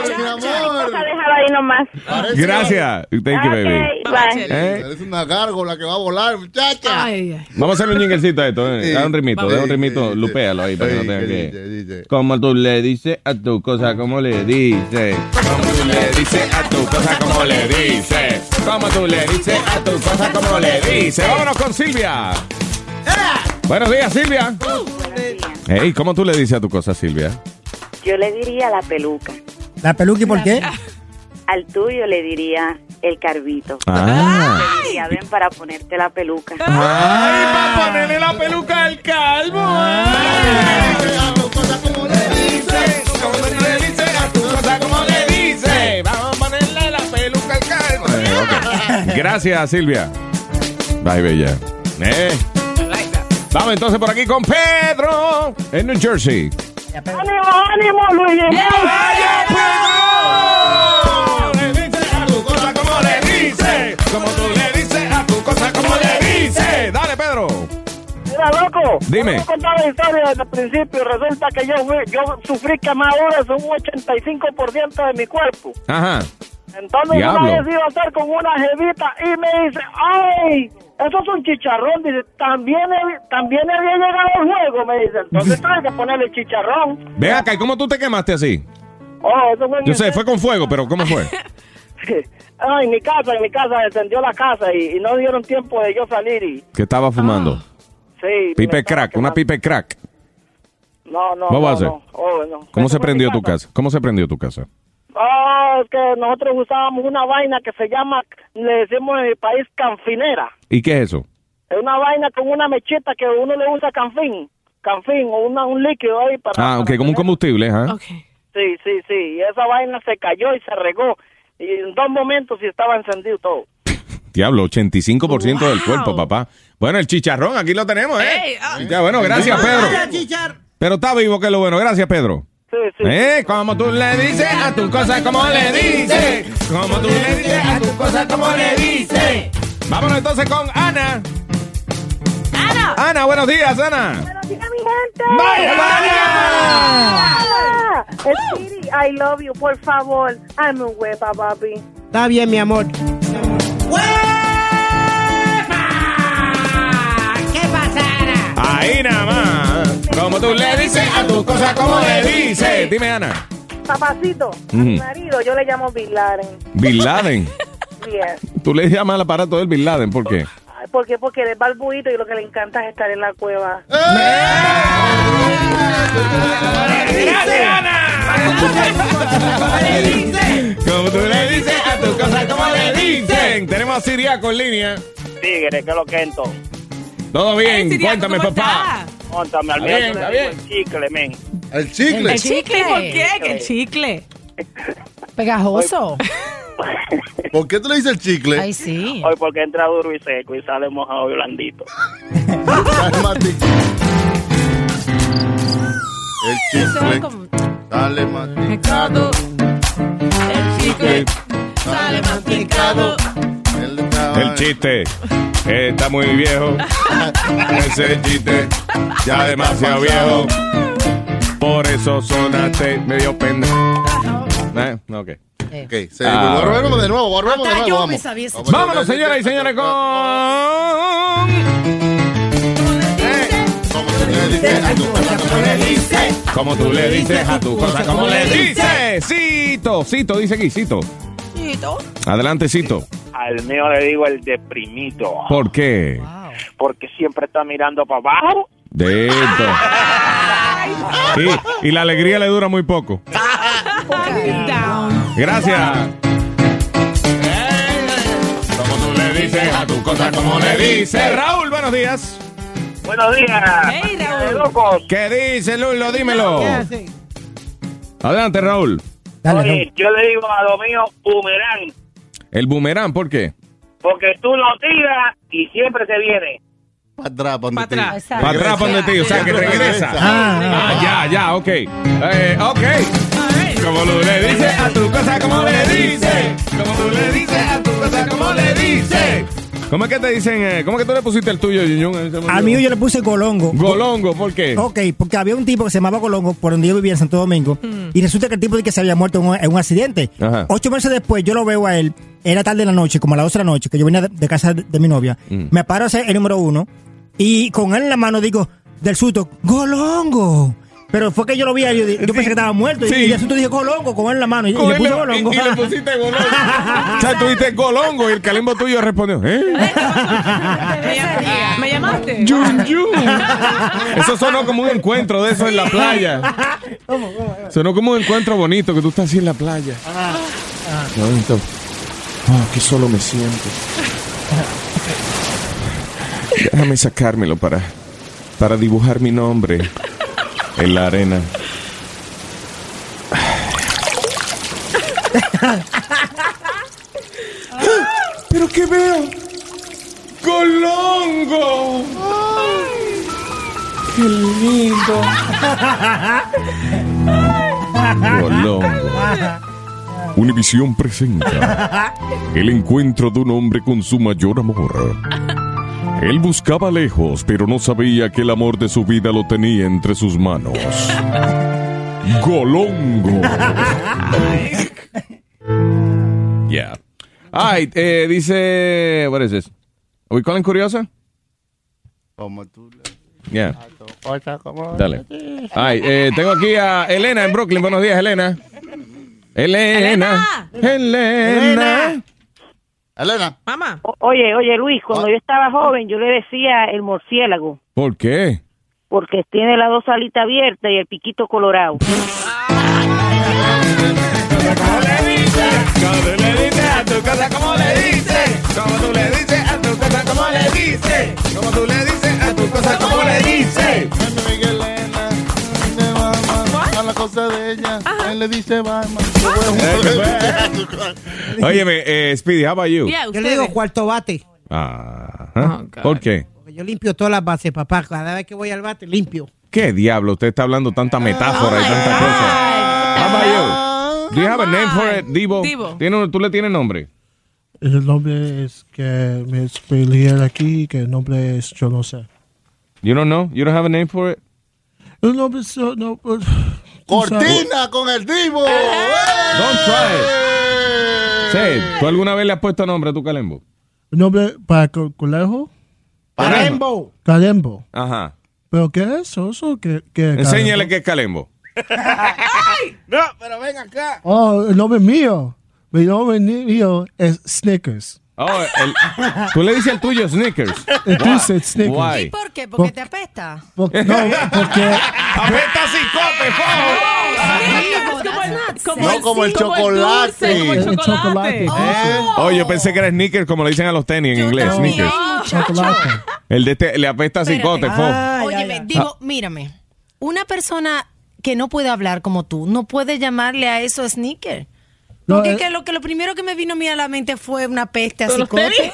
Speaker 6: exagerado. Mi amor, mi amor.
Speaker 17: Déjalo ahí nomás.
Speaker 3: Gracias. Thank you, baby.
Speaker 17: Ok, bye.
Speaker 3: ¿Eh?
Speaker 6: Es una gárgola que va a volar, muchacha.
Speaker 3: Vamos a hacerle un jinglesito a esto. Eh.
Speaker 6: Sí.
Speaker 3: Da un ritmito,
Speaker 6: Vamos.
Speaker 3: da un ritmito. Lupéalo ahí para que no tenga que. Como tú le dices a tu cosa, como le dices. Como tú le dices a tu cosa, como le dices. Como tú le dices a tu cosa, como le dices. Vámonos con Silvia. Buenos días, Silvia. Hey, ¿cómo tú le dices a tu cosa, Silvia?
Speaker 23: Yo le diría la peluca.
Speaker 21: ¿La peluca y por qué?
Speaker 23: Al tuyo le diría el carbito.
Speaker 21: Ah.
Speaker 23: Le diría, ven para ponerte la peluca.
Speaker 3: para ponerle la peluca al calvo. eh! Vamos a ponerle la peluca al calvo. Eh, Gracias, Silvia. Bye, bella. Eh. Vamos entonces por aquí con Pedro en New Jersey.
Speaker 1: ¡Ánimo, ánimo, Luis! ¡Vaya,
Speaker 3: pues! como le dice, como tú le dices a tu cosa, como le dice. Dale, Pedro.
Speaker 24: Mira, loco.
Speaker 3: Dime.
Speaker 24: Yo contaba la historia desde el principio. Resulta que yo, fui- yo sufrí quemaduras un 85% de mi cuerpo.
Speaker 3: Ajá.
Speaker 24: Entonces,
Speaker 3: Diablo.
Speaker 24: una vez iba a estar con una jevita y me dice: ¡Ay! Eso es un chicharrón. Dice: También, he- también había llegado el juego. Me dice: Entonces, tienes que ponerle chicharrón.
Speaker 3: Ven acá, ¿y cómo tú te quemaste así?
Speaker 24: Oh, eso fue en
Speaker 3: Yo
Speaker 24: mi
Speaker 3: sé, fue con fuego, pero ¿cómo fue?
Speaker 24: Ah, en mi casa, en mi casa, encendió la casa y, y no dieron tiempo de yo salir y
Speaker 3: Que estaba fumando.
Speaker 24: Ah, sí.
Speaker 3: Pipe crack, una pipe crack.
Speaker 24: No, no.
Speaker 3: ¿Cómo va a
Speaker 24: no,
Speaker 3: ser?
Speaker 24: no. Oh, no.
Speaker 3: ¿Cómo se
Speaker 24: Eso fue en
Speaker 3: prendió
Speaker 24: mi
Speaker 3: tu casa? ¿Cómo se prendió tu casa?
Speaker 24: Ah, es que nosotros usábamos una vaina que se llama, le decimos en el país canfinera.
Speaker 3: ¿Y qué es eso?
Speaker 24: Es una vaina con una mechita que uno le usa canfín, canfín o una, un líquido ahí para...
Speaker 3: Ah, ok, como un combustible, ¿ah?
Speaker 24: Sí, sí, sí. Y esa vaina se cayó y se regó. Y en dos momentos y estaba encendido todo.
Speaker 3: Diablo, 85% del cuerpo, papá. Bueno, el chicharrón, ¿eh?
Speaker 2: ah.
Speaker 3: aquí lo tenemos, ¿eh? Ya, bueno, gracias, Pedro. Pero está vivo, que es lo bueno. Gracias, Pedro. Eh, como tú le dices a tu cosa, como le dices. Como tú le dices a tu cosa, como le dices. Vámonos entonces con Ana. Ana. Ana, buenos días, Ana.
Speaker 17: Buenos días, mi gente.
Speaker 3: ¡Vaya,
Speaker 17: vaya! Speedy, I love you, por favor. Hazme un huepa, papi.
Speaker 11: Está bien, mi amor.
Speaker 2: ¿Qué pasa, Ana?
Speaker 3: Ahí nada más. Como tú le dices a tu cosa, como le dices. Dime, Ana.
Speaker 10: Papacito,
Speaker 3: Mm.
Speaker 10: mi marido, yo le llamo Bin Laden.
Speaker 3: Bin Laden.
Speaker 10: Bien.
Speaker 3: Tú le llamas al aparato del Bin Laden, ¿por qué?
Speaker 10: Ay, ¿Por qué? Porque él es barbuito y lo que le encanta es estar en la cueva.
Speaker 3: ¡Eh! Como tú le dices a tu cosa, como le dicen. Tenemos a Siriaco en línea.
Speaker 20: Tigre, que lo quento.
Speaker 3: Todo bien, cuéntame, papá.
Speaker 20: Contame, al
Speaker 3: Está bien,
Speaker 20: menos
Speaker 3: está
Speaker 20: le digo el chicle, men.
Speaker 6: El
Speaker 20: chicle.
Speaker 2: El chicle.
Speaker 16: ¿Por qué? ¿Qué chicle?
Speaker 2: Pegajoso.
Speaker 6: ¿Por qué tú le dices el chicle?
Speaker 2: Ay, sí.
Speaker 20: Hoy porque entra duro y seco y sale mojado y blandito.
Speaker 6: El chicle. Dale, masticado. El chicle. Dale, masticado.
Speaker 3: El chiste eh, está muy viejo. Ese chiste ya demasiado viejo. Por eso sonaste medio pendejo. Eh, ok.
Speaker 6: Ok, sí,
Speaker 3: Ah.
Speaker 6: volvemos de nuevo, volvemos de
Speaker 2: Hasta
Speaker 6: nuevo.
Speaker 2: yo
Speaker 6: vamos.
Speaker 2: me sabía ese
Speaker 6: Vamos,
Speaker 2: chiste.
Speaker 3: Vámonos, señoras y señores, con. Eh. Como tú le dices a tu cosa, como le dices. Cito, Cito, dice aquí, Cito. Adelante, Cito.
Speaker 20: Al mío le digo el deprimito.
Speaker 3: ¿Por qué?
Speaker 20: Porque siempre está mirando para abajo.
Speaker 3: De esto. Y, y la alegría le dura muy poco. Gracias. Como tú le dices a tu cosa, como le dices. Raúl, buenos días.
Speaker 20: Buenos días. locos.
Speaker 3: ¿Qué dice, Lulo? Dímelo. Adelante, Raúl.
Speaker 20: Oye, yo le digo a lo mío, humerán.
Speaker 3: El boomerang, ¿por qué?
Speaker 20: Porque tú lo tiras y siempre se viene.
Speaker 6: Para atrás, para
Speaker 20: Pa' atrás.
Speaker 3: Para atrás, ¿pa' dónde te digo? O sea, que regresa. Ah, ya, ya, ok. Eh, ok. Como tú le dices a tu cosa, como le dices. Como tú le dices a tu cosa, como le dices. ¿Cómo es que te dicen? eh, ¿Cómo es que tú le pusiste el tuyo, Yunyun?
Speaker 21: Al mío yo le puse Golongo.
Speaker 3: Golongo, ¿por qué?
Speaker 21: Ok, porque había un tipo que se llamaba Colongo, por donde yo vivía en Santo Domingo,
Speaker 9: Mm.
Speaker 21: y resulta que el tipo de que se había muerto en un, en un accidente.
Speaker 3: Ajá.
Speaker 21: Ocho meses después yo lo veo a él, era tarde de la noche, como a las 12 de la noche, que yo venía de, de casa de, de mi novia,
Speaker 3: Mm.
Speaker 21: me paro a hacer el número uno, y con él en la mano digo, del susto, Golongo. Pero fue que yo lo vi, a él, yo, di- yo pensé que estaba muerto, y-
Speaker 3: Sí.
Speaker 21: y, el susto dije, Golongo, con él en la mano, y, y
Speaker 3: Con
Speaker 21: le
Speaker 3: él
Speaker 21: puse
Speaker 3: le-
Speaker 21: Golongo.
Speaker 3: y- y le pusiste Golongo. O sea, tuviste golongo y el calimbo tuyo respondió. ¿Eh?
Speaker 16: ¿Me llamaste?
Speaker 3: Yun, yun. Eso sonó como un encuentro de eso en la playa. Sonó como un encuentro bonito que tú estás así en la playa. Bonito. Ah, que solo me siento. Déjame sacármelo para, para dibujar mi nombre en la arena.
Speaker 4: ¿Pero qué veo? ¡Golongo! ¡Qué lindo!
Speaker 3: Golongo. Univisión presenta el encuentro de un hombre con su mayor amor. Él buscaba lejos, pero no sabía que el amor de su vida lo tenía entre sus manos. Golongo. Yeah. All right, eh, dice, what is this? Are we calling curiosa?
Speaker 6: Como tú le
Speaker 3: Yeah.
Speaker 6: cosa, como le
Speaker 3: Dale.
Speaker 6: dices.
Speaker 3: Ay, eh, tengo aquí a Elena en Brooklyn. Buenos días, Elena. Elena. Elena.
Speaker 6: Elena.
Speaker 16: Mamá.
Speaker 17: Oye, oye, Luis, cuando yo estaba joven, yo le decía el murciélago,
Speaker 3: ¿Por qué?
Speaker 17: porque tiene las dos alitas abiertas y el piquito colorado.
Speaker 3: a tu cosa como le dices. Como tú le dices a tu cosa como le dices. Como tú le dices a tu cosa como le dices.
Speaker 6: A la cosa de ella, él le dice Batman.
Speaker 3: Óyeme, eh, Speedy, how about you?
Speaker 11: Yo le digo cuarto bate.
Speaker 3: Ah, ¿eh? ¿Por qué?
Speaker 11: Yo limpio todas las bases, papá. Cada vez que voy al bate, limpio.
Speaker 3: ¿Qué diablo? Usted está hablando tanta metáfora y tanta cosa. How about you? Do you have a name for it, Divo?
Speaker 16: Divo.
Speaker 3: ¿Tiene- ¿Tú le tienes nombre?
Speaker 8: El nombre es que me expliqué aquí, que el nombre es, yo no sé.
Speaker 3: You don't know? You don't have a name for it?
Speaker 8: El nombre es, uh, no, uh,
Speaker 6: Cortina con el divo.
Speaker 3: Don't try it. Sí, ¿tú alguna vez le has puesto nombre a tu calembo?
Speaker 8: el nombre para co- colegio.
Speaker 3: Calembo.
Speaker 8: Calembo.
Speaker 3: Ajá.
Speaker 8: ¿Pero qué es eso? eso? ¿Qué, qué es
Speaker 3: Enséñale qué es calembo.
Speaker 19: No, pero ven acá.
Speaker 8: calembo? Oh, el nombre mío. Mi nombre mío es Snickers.
Speaker 3: Oh, el- tú le dices el tuyo Snickers.
Speaker 8: Eh, Entonces, Snickers.
Speaker 3: Why?
Speaker 8: ¿Y
Speaker 2: ¿Por qué? ¿Porque te apesta?
Speaker 8: Porque, no, porque
Speaker 3: ¡Apesta cicote,
Speaker 6: No, como el chocolate.
Speaker 8: como el El chocolate. chocolate.
Speaker 3: Oh, yo pensé que era sneaker como le dicen a los tenis en inglés, sneakers.
Speaker 8: chocolate.
Speaker 2: Ah.
Speaker 3: El de este le apesta cicote, fo. Ah,
Speaker 2: Óyeme, digo, mírame. Una persona que no puede hablar como tú, no puede llamarle a eso sneaker.
Speaker 8: No,
Speaker 2: Porque
Speaker 8: eh.
Speaker 2: que lo, que lo primero que me vino a mí a la mente fue una peste a
Speaker 21: ¿Son los tenis?
Speaker 2: cicote.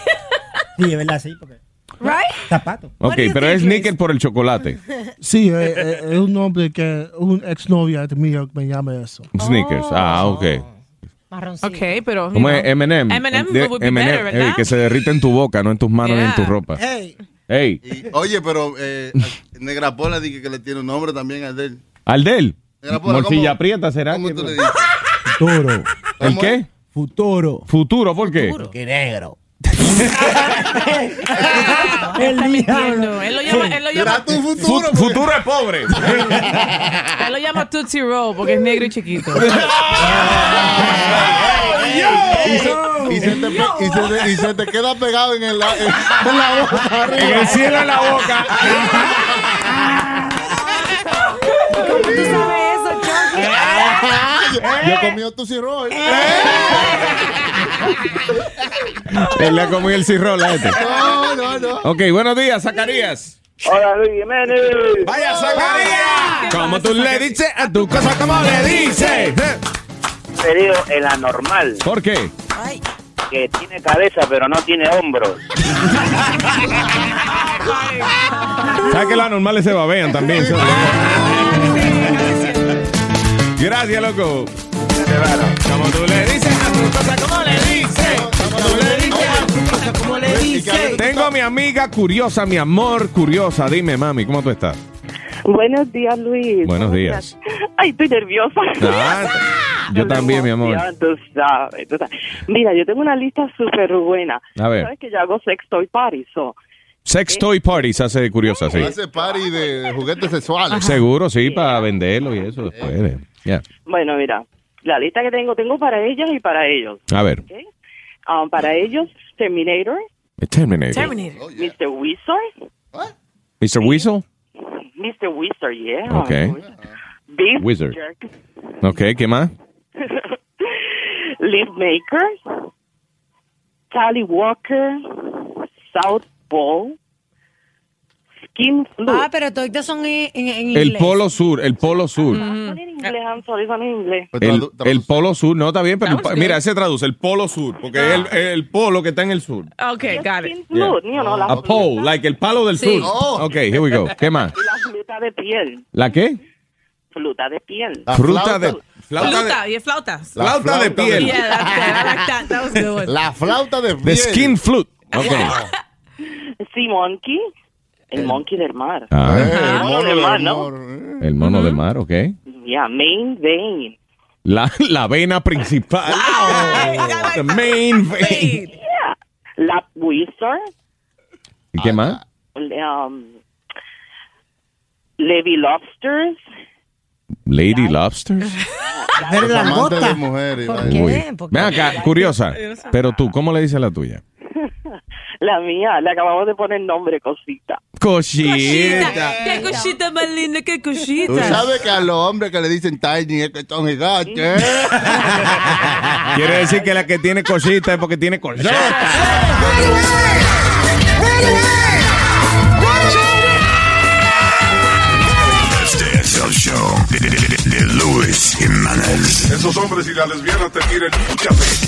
Speaker 21: Sí, es verdad, sí. Porque...
Speaker 2: Right?
Speaker 21: Zapato.
Speaker 3: Ok, pero es sneaker por el chocolate.
Speaker 8: Sí, eh, eh, es un nombre que un exnovia de mío me llama eso.
Speaker 3: Sneakers.
Speaker 2: Oh.
Speaker 3: Ah, ok.
Speaker 16: Ok, pero.
Speaker 3: ¿Cómo es
Speaker 16: you know.
Speaker 3: M&M?
Speaker 16: M&M
Speaker 3: De-
Speaker 16: would be better,
Speaker 3: M&M,
Speaker 16: ¿verdad?
Speaker 3: ey, que se derrite en tu boca, no en tus manos ni en tu ropa.
Speaker 8: Hey.
Speaker 3: Ey,
Speaker 7: Y, oye, pero eh, Negra Pola dije que le tiene un nombre también al de él.
Speaker 3: al del.
Speaker 7: Negra Pola,
Speaker 3: Morcilla
Speaker 7: ¿cómo-
Speaker 3: aprieta, será.
Speaker 7: ¿Cómo
Speaker 3: que-
Speaker 7: tú le dices?
Speaker 8: Futuro.
Speaker 3: ¿El qué? Futuro. Futuro, ¿por qué?
Speaker 19: Qué negro.
Speaker 16: Él está mintiendo. Él lo llama. Él lo llama,
Speaker 3: futuro. pues. futuro es pobre.
Speaker 16: él lo llama Tootsie Roll porque es negro y chiquito.
Speaker 6: Y se, y se te, pe- y se te- y se te queda pegado en, el, la- en, en la boca. arriba.
Speaker 3: En el cielo de la boca.
Speaker 2: ¿Tú sabes eso, Chucky?
Speaker 3: Eh.
Speaker 6: Yo comí tu cirro.
Speaker 3: Él le ha comido el cirrol a este.
Speaker 6: No, no, no.
Speaker 3: Ok, buenos días, Zacarías.
Speaker 20: Hola, Luis Jiménez.
Speaker 6: Vaya, Zacarías.
Speaker 3: Como tú le dices a tu cosa, como le dices.
Speaker 20: Querido, el anormal,
Speaker 3: ¿Por qué?
Speaker 20: que tiene cabeza pero no tiene hombros.
Speaker 3: ¿Sabes que los anormales se babean también? Gracias, loco. Como tú le dices a tu cosa, como le dices. Como le dices a tu cosa, como le dices. Tengo a mi amiga curiosa, mi amor curiosa. Dime, mami, ¿cómo tú estás?
Speaker 9: Buenos días, Luis.
Speaker 3: Buenos
Speaker 9: ¿Cómo
Speaker 3: días.
Speaker 9: estás? Ay, estoy nerviosa.
Speaker 3: Ah, yo también, mi amor.
Speaker 9: Ya, tú sabes, tú sabes. Mira, yo tengo una lista súper buena.
Speaker 3: A ver.
Speaker 9: Sabes que yo hago sexto y party, so.
Speaker 3: Sex Toy Party se hace curiosa, sí.
Speaker 6: Hace party de, de juguetes sexuales.
Speaker 3: Seguro, sí, para venderlo y eso después. eh. Ya.
Speaker 9: Bueno, mira, la lista que tengo, tengo para ellas y para ellos.
Speaker 3: A ver.
Speaker 9: Ah, para ellos, Terminator,
Speaker 3: Terminator.
Speaker 9: Mr. Wizard,
Speaker 3: Mr. Weasel.
Speaker 9: Mr. Wizard, yeah.
Speaker 3: Ok.
Speaker 9: Beef
Speaker 3: Wizard.
Speaker 9: Jerk,
Speaker 3: Ok, ¿qué más?
Speaker 9: Leaf Maker, Tally Walker, South Pole, Skin Flu.
Speaker 2: Ah, pero todos son en, en- en inglés.
Speaker 3: El Polo Sur, el Polo
Speaker 8: Mm.
Speaker 3: Sur.
Speaker 9: Ah, Son en inglés, I'm sorry, son en inglés.
Speaker 3: El, el Polo Sur, no, está bien, pero el pa- mira, ese traduce, el Polo Sur, porque es el,
Speaker 9: Ah.
Speaker 3: el polo que está en el sur.
Speaker 9: Okay, got it.
Speaker 3: Yeah. A pole, like el palo del
Speaker 9: Sí.
Speaker 3: sur.
Speaker 9: Oh.
Speaker 3: Ok, here we go. ¿Qué más?
Speaker 9: La fruta de piel.
Speaker 3: ¿La qué?
Speaker 9: Fruta de piel.
Speaker 3: Fruta de... Flauta de...
Speaker 16: Flauta, y es flauta.
Speaker 3: Flauta de piel.
Speaker 16: Yeah, that's it. I like that. That was a good one.
Speaker 6: La flauta de
Speaker 3: The
Speaker 6: piel.
Speaker 3: skin flute. Ok.
Speaker 9: Sea monkey. El, monkey del mar.
Speaker 3: Ah. Eh, el
Speaker 9: el
Speaker 3: mono
Speaker 9: mono del
Speaker 3: del eh.
Speaker 9: mar, ¿no?
Speaker 3: El mono de mar, ok.
Speaker 9: Yeah, main vein.
Speaker 3: La, la vena principal. Oh, The main vein.
Speaker 9: Yeah. La wizard.
Speaker 3: ¿Y qué más?
Speaker 9: Um, Levy lobsters.
Speaker 3: Lady Lobsters.
Speaker 6: Los
Speaker 9: la
Speaker 6: amantes
Speaker 9: gota.
Speaker 6: de mujeres.
Speaker 9: ¿Por
Speaker 6: vaya.
Speaker 9: qué?
Speaker 3: Uy.
Speaker 9: ¿Por qué?
Speaker 3: Ven acá, curiosa.
Speaker 9: Yo no sé.
Speaker 3: Pero tú, ¿cómo le dices la tuya?
Speaker 9: La mía, le acabamos de poner nombre, cosita.
Speaker 3: Oh, Cochita.
Speaker 16: Qué cosita más linda, qué
Speaker 6: Tú
Speaker 16: cosita.
Speaker 6: sabes que a los hombres que le dicen tiny es que son gigantes. ¿eh?
Speaker 3: Quiere decir que la que tiene cosita es porque tiene cosita.
Speaker 12: Este es el show de, de- de- de Luis Jiménez. Esos hombres y la lesbiana te quieren mucha fe.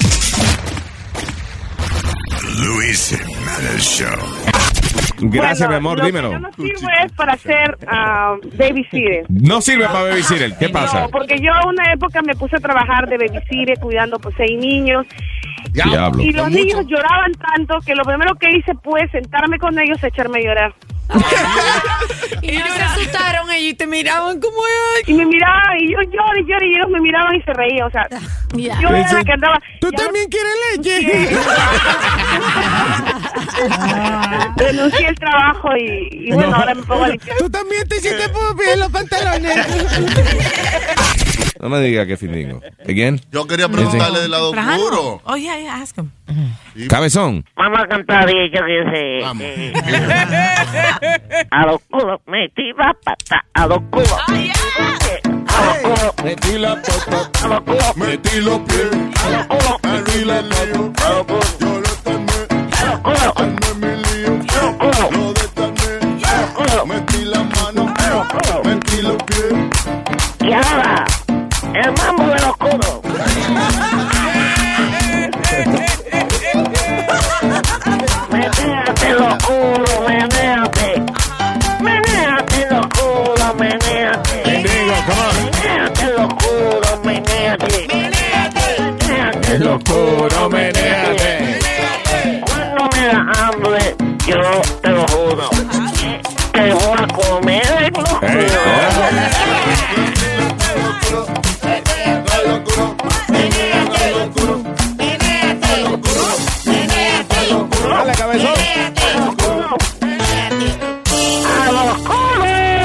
Speaker 12: Luis Jiménez Show.
Speaker 3: Gracias, mi amor,
Speaker 10: lo que
Speaker 3: dímelo.
Speaker 10: yo no sirvo es para ser ah, babysitter.
Speaker 3: No sirve para babysitter. ¿Qué pasa?
Speaker 10: No, porque yo en una época me puse a trabajar de babysitter cuidando pues seis niños.
Speaker 3: Diablo.
Speaker 10: Y los niños lloraban tanto que lo primero que hice fue sentarme con ellos y echarme a llorar.
Speaker 25: y ellos se asustaron ellos y te miraban como
Speaker 10: Y me miraban y yo lloré, lloré y ellos me miraban y se reían. O sea, yo era la que andaba. ¿Tú también quieres leche? Renuncié el trabajo y, y bueno, ahora me pongo a limpiar. Tú también te hiciste pupi en los pantalones.
Speaker 3: No me diga que findingo. Again.
Speaker 26: Yo quería preguntarle de lado
Speaker 16: Trajano.
Speaker 26: oscuro.
Speaker 16: Oh, yeah, yeah, ask him.
Speaker 3: Cabezón.
Speaker 17: Vamos a cantar y yo que sé. eh, a los culos metí la pata, a los culos.
Speaker 14: Metí la pata, metí los pies, arriba el lío, yo lo detané, detané mi lío, lo detané, metí la mano, metí los pies.
Speaker 17: Y ahora, el mambo de los culos. Menéate los culos, menéate. Menéate los culos, menéate. Menéate los culos, menéate. Menéate los culos, menéate. Cuando me da hambre, yo te lo juro. que Te voy a comer eh, los culos.
Speaker 14: Dale, cabezón.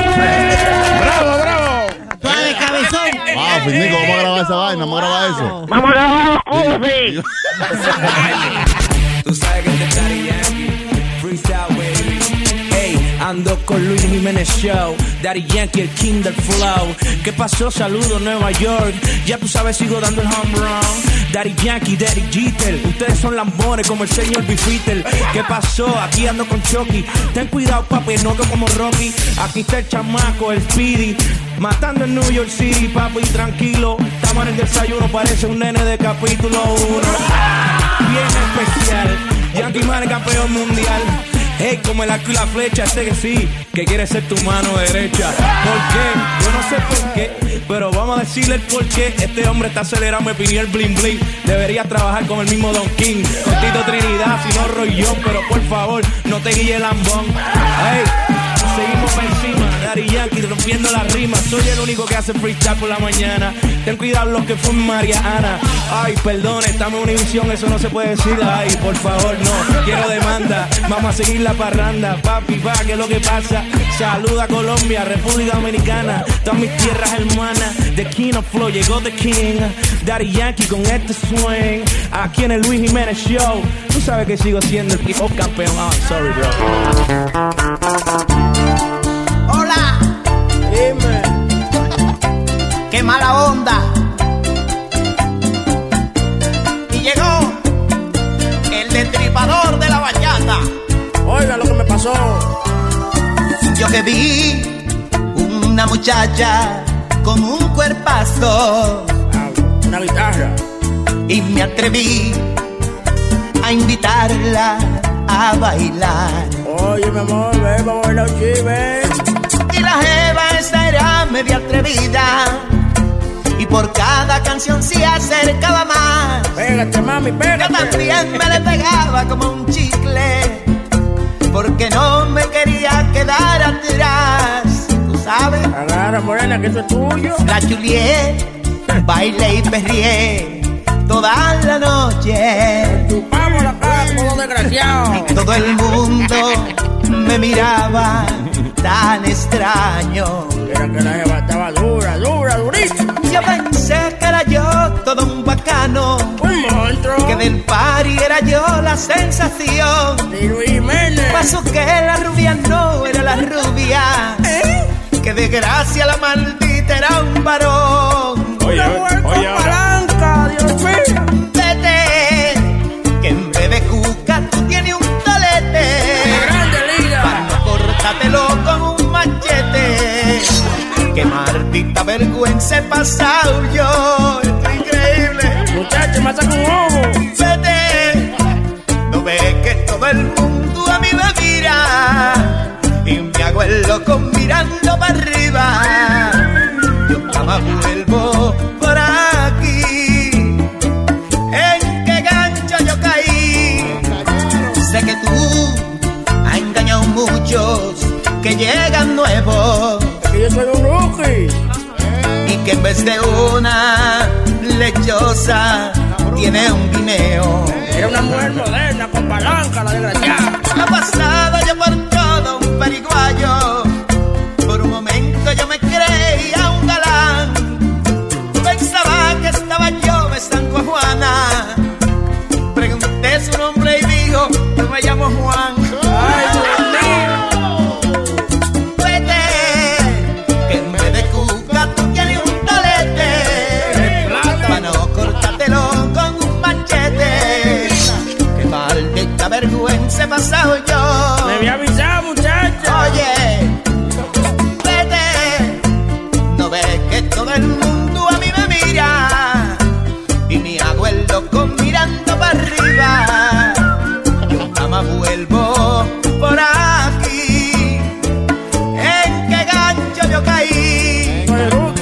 Speaker 26: ¡Bravo, bravo!
Speaker 27: Suave, cabezón.
Speaker 6: Wow, Findico, vamos a grabar esa vaina, vamos a grabar eso.
Speaker 17: Vamos a grabar los culos, sí.
Speaker 20: Tú sabes que te daría freestyle, baby. Hey, ando con Luis Jiménez Show, Daddy Yankee, el King del Flow. ¿Qué pasó? Saludo Nueva York. Ya tú sabes, sigo dando el home run. Daddy Yankee, Daddy Jeter. Ustedes son lambones como el señor Bifitel. ¿Qué pasó? Aquí ando con Chucky. Ten cuidado, papi, no que como Rocky. Aquí está el chamaco, el Speedy. Matando en New York City, papi, tranquilo. Estamos en el desayuno, parece un nene de capítulo 1 bien especial. Yankee Man campeón mundial. Hey, como el arco y la flecha, este que sí, que quiere ser tu mano derecha. ¿Por qué? Yo no sé por qué, pero vamos a decirle el por qué. Este hombre está acelerado, me pidió el bling bling. Deberías trabajar con el mismo Don King, con Tito Trinidad, si no Roy John, pero por favor, no te guíe el lambón. Hey, seguimos para encima, Daddy Yankee rompiendo las rimas. Soy el único que hace freestyle por la mañana. Ten cuidado los que fue Mariana. Ay, perdón, estamos en Univision, eso no se puede decir. Ay, por favor, no. Quiero demanda. Vamos a seguir la parranda. Papi, pa, que es lo que pasa. Saluda a Colombia, República Dominicana. Todas mis tierras hermanas. The King of Flow, llegó The King. Daddy Yankee con este swing. Aquí en el Luis Jiménez Show. Tú sabes que sigo siendo el hip hop campeón. Ah, sorry, bro.
Speaker 13: Hola. Dime. Qué mala onda. Y llegó el destripador de la bachata. Oiga lo que me pasó. Yo que vi una muchacha con un cuerpazo. Una guitarra. Y me atreví a invitarla a bailar. Oye, mi amor, ven, vamos a bailar aquí, ven. Y la jeva esta era media atrevida. Y por cada canción se acercaba más. Pégate, mami, pégate. Yo también me le pegaba como un chicle. Porque no me quería quedar atrás. ¿Tú sabes? Agarra, morena, que eso es tuyo. La chulié, bailé y perrié toda la noche. Chupamos la cara, desgraciado. Y todo el mundo me miraba tan extraño. Era que la jeva estaba dura, dura, durísima. Yo pensé que era yo todo un bacano. Un monstruo. Que del party era yo la sensación. Pasó que la rubia no era la rubia. ¿Eh? Que de gracia la maldita era un varón. Oye, oye, palanca, Dios mío. Vete, que en breve cuca tú tienes un tolete. grande liga. Para cortártelo con un machete. Que maldita vergüenza he pasado yo. Esto es increíble. Muchacho, me saca un ojo. Vete, no ves que todo el mundo a mí me mira. con mirando para arriba. Yo jamás vuelvo por aquí. ¿En qué gancho yo caí? Sé que tú has engañado muchos que llegan nuevos. que yo soy un rookie. Y que en vez de una lechosa tiene un guineo. Era una mujer moderna con palanca, la desgraciada. La pasada yo por todo un periguayo. Por un momento yo me creía un galán. Pensaba que estaba yo besando a Juana. Pregunté su nombre y dijo, yo me llamo Juan. ¡Ay, Vete, que en vez de cuca tú tienes un tolete. Para no cortártelo con un machete. Qué maldita vergüenza he pasado yo. Me había avisado, muchacho. Oye, vete. No ves que todo el mundo a mí me mira. Y mi abuelo con mirando para arriba. Yo jamás vuelvo por aquí. ¿En qué gancho yo caí?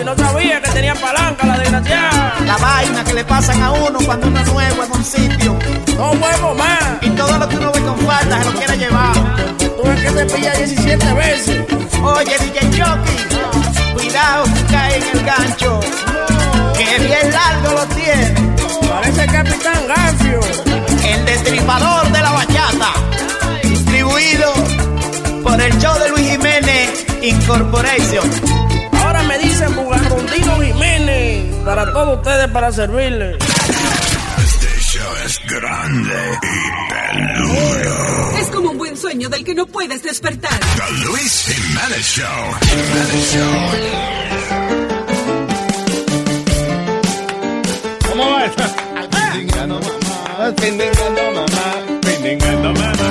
Speaker 13: no sabía que tenía palanca la desgraciada. La vaina que le pasan a uno cuando uno es nuevo en un sitio. No vuelvo más. Y todo lo que uno ve con falta se lo quiere llevar. Tuve que cepillar 17 veces. Oye, DJ Chucky, cuidado que cae en el gancho. Que bien largo lo tiene. Parece Capitán Ganfio. El destripador de la bachata. Distribuido por el show de Luis Jiménez Incorporation. Ahora me dicen Bugarrondino Jiménez. Para todos ustedes, para servirles.
Speaker 12: Este show es grande y peludo.
Speaker 14: Es como un buen sueño del que no puedes despertar.
Speaker 12: The Luis Jimenez Show. Jimenez Show.
Speaker 6: ¿Cómo va esta? Pendingando mamá, pendingando mamá, pendingando mamá.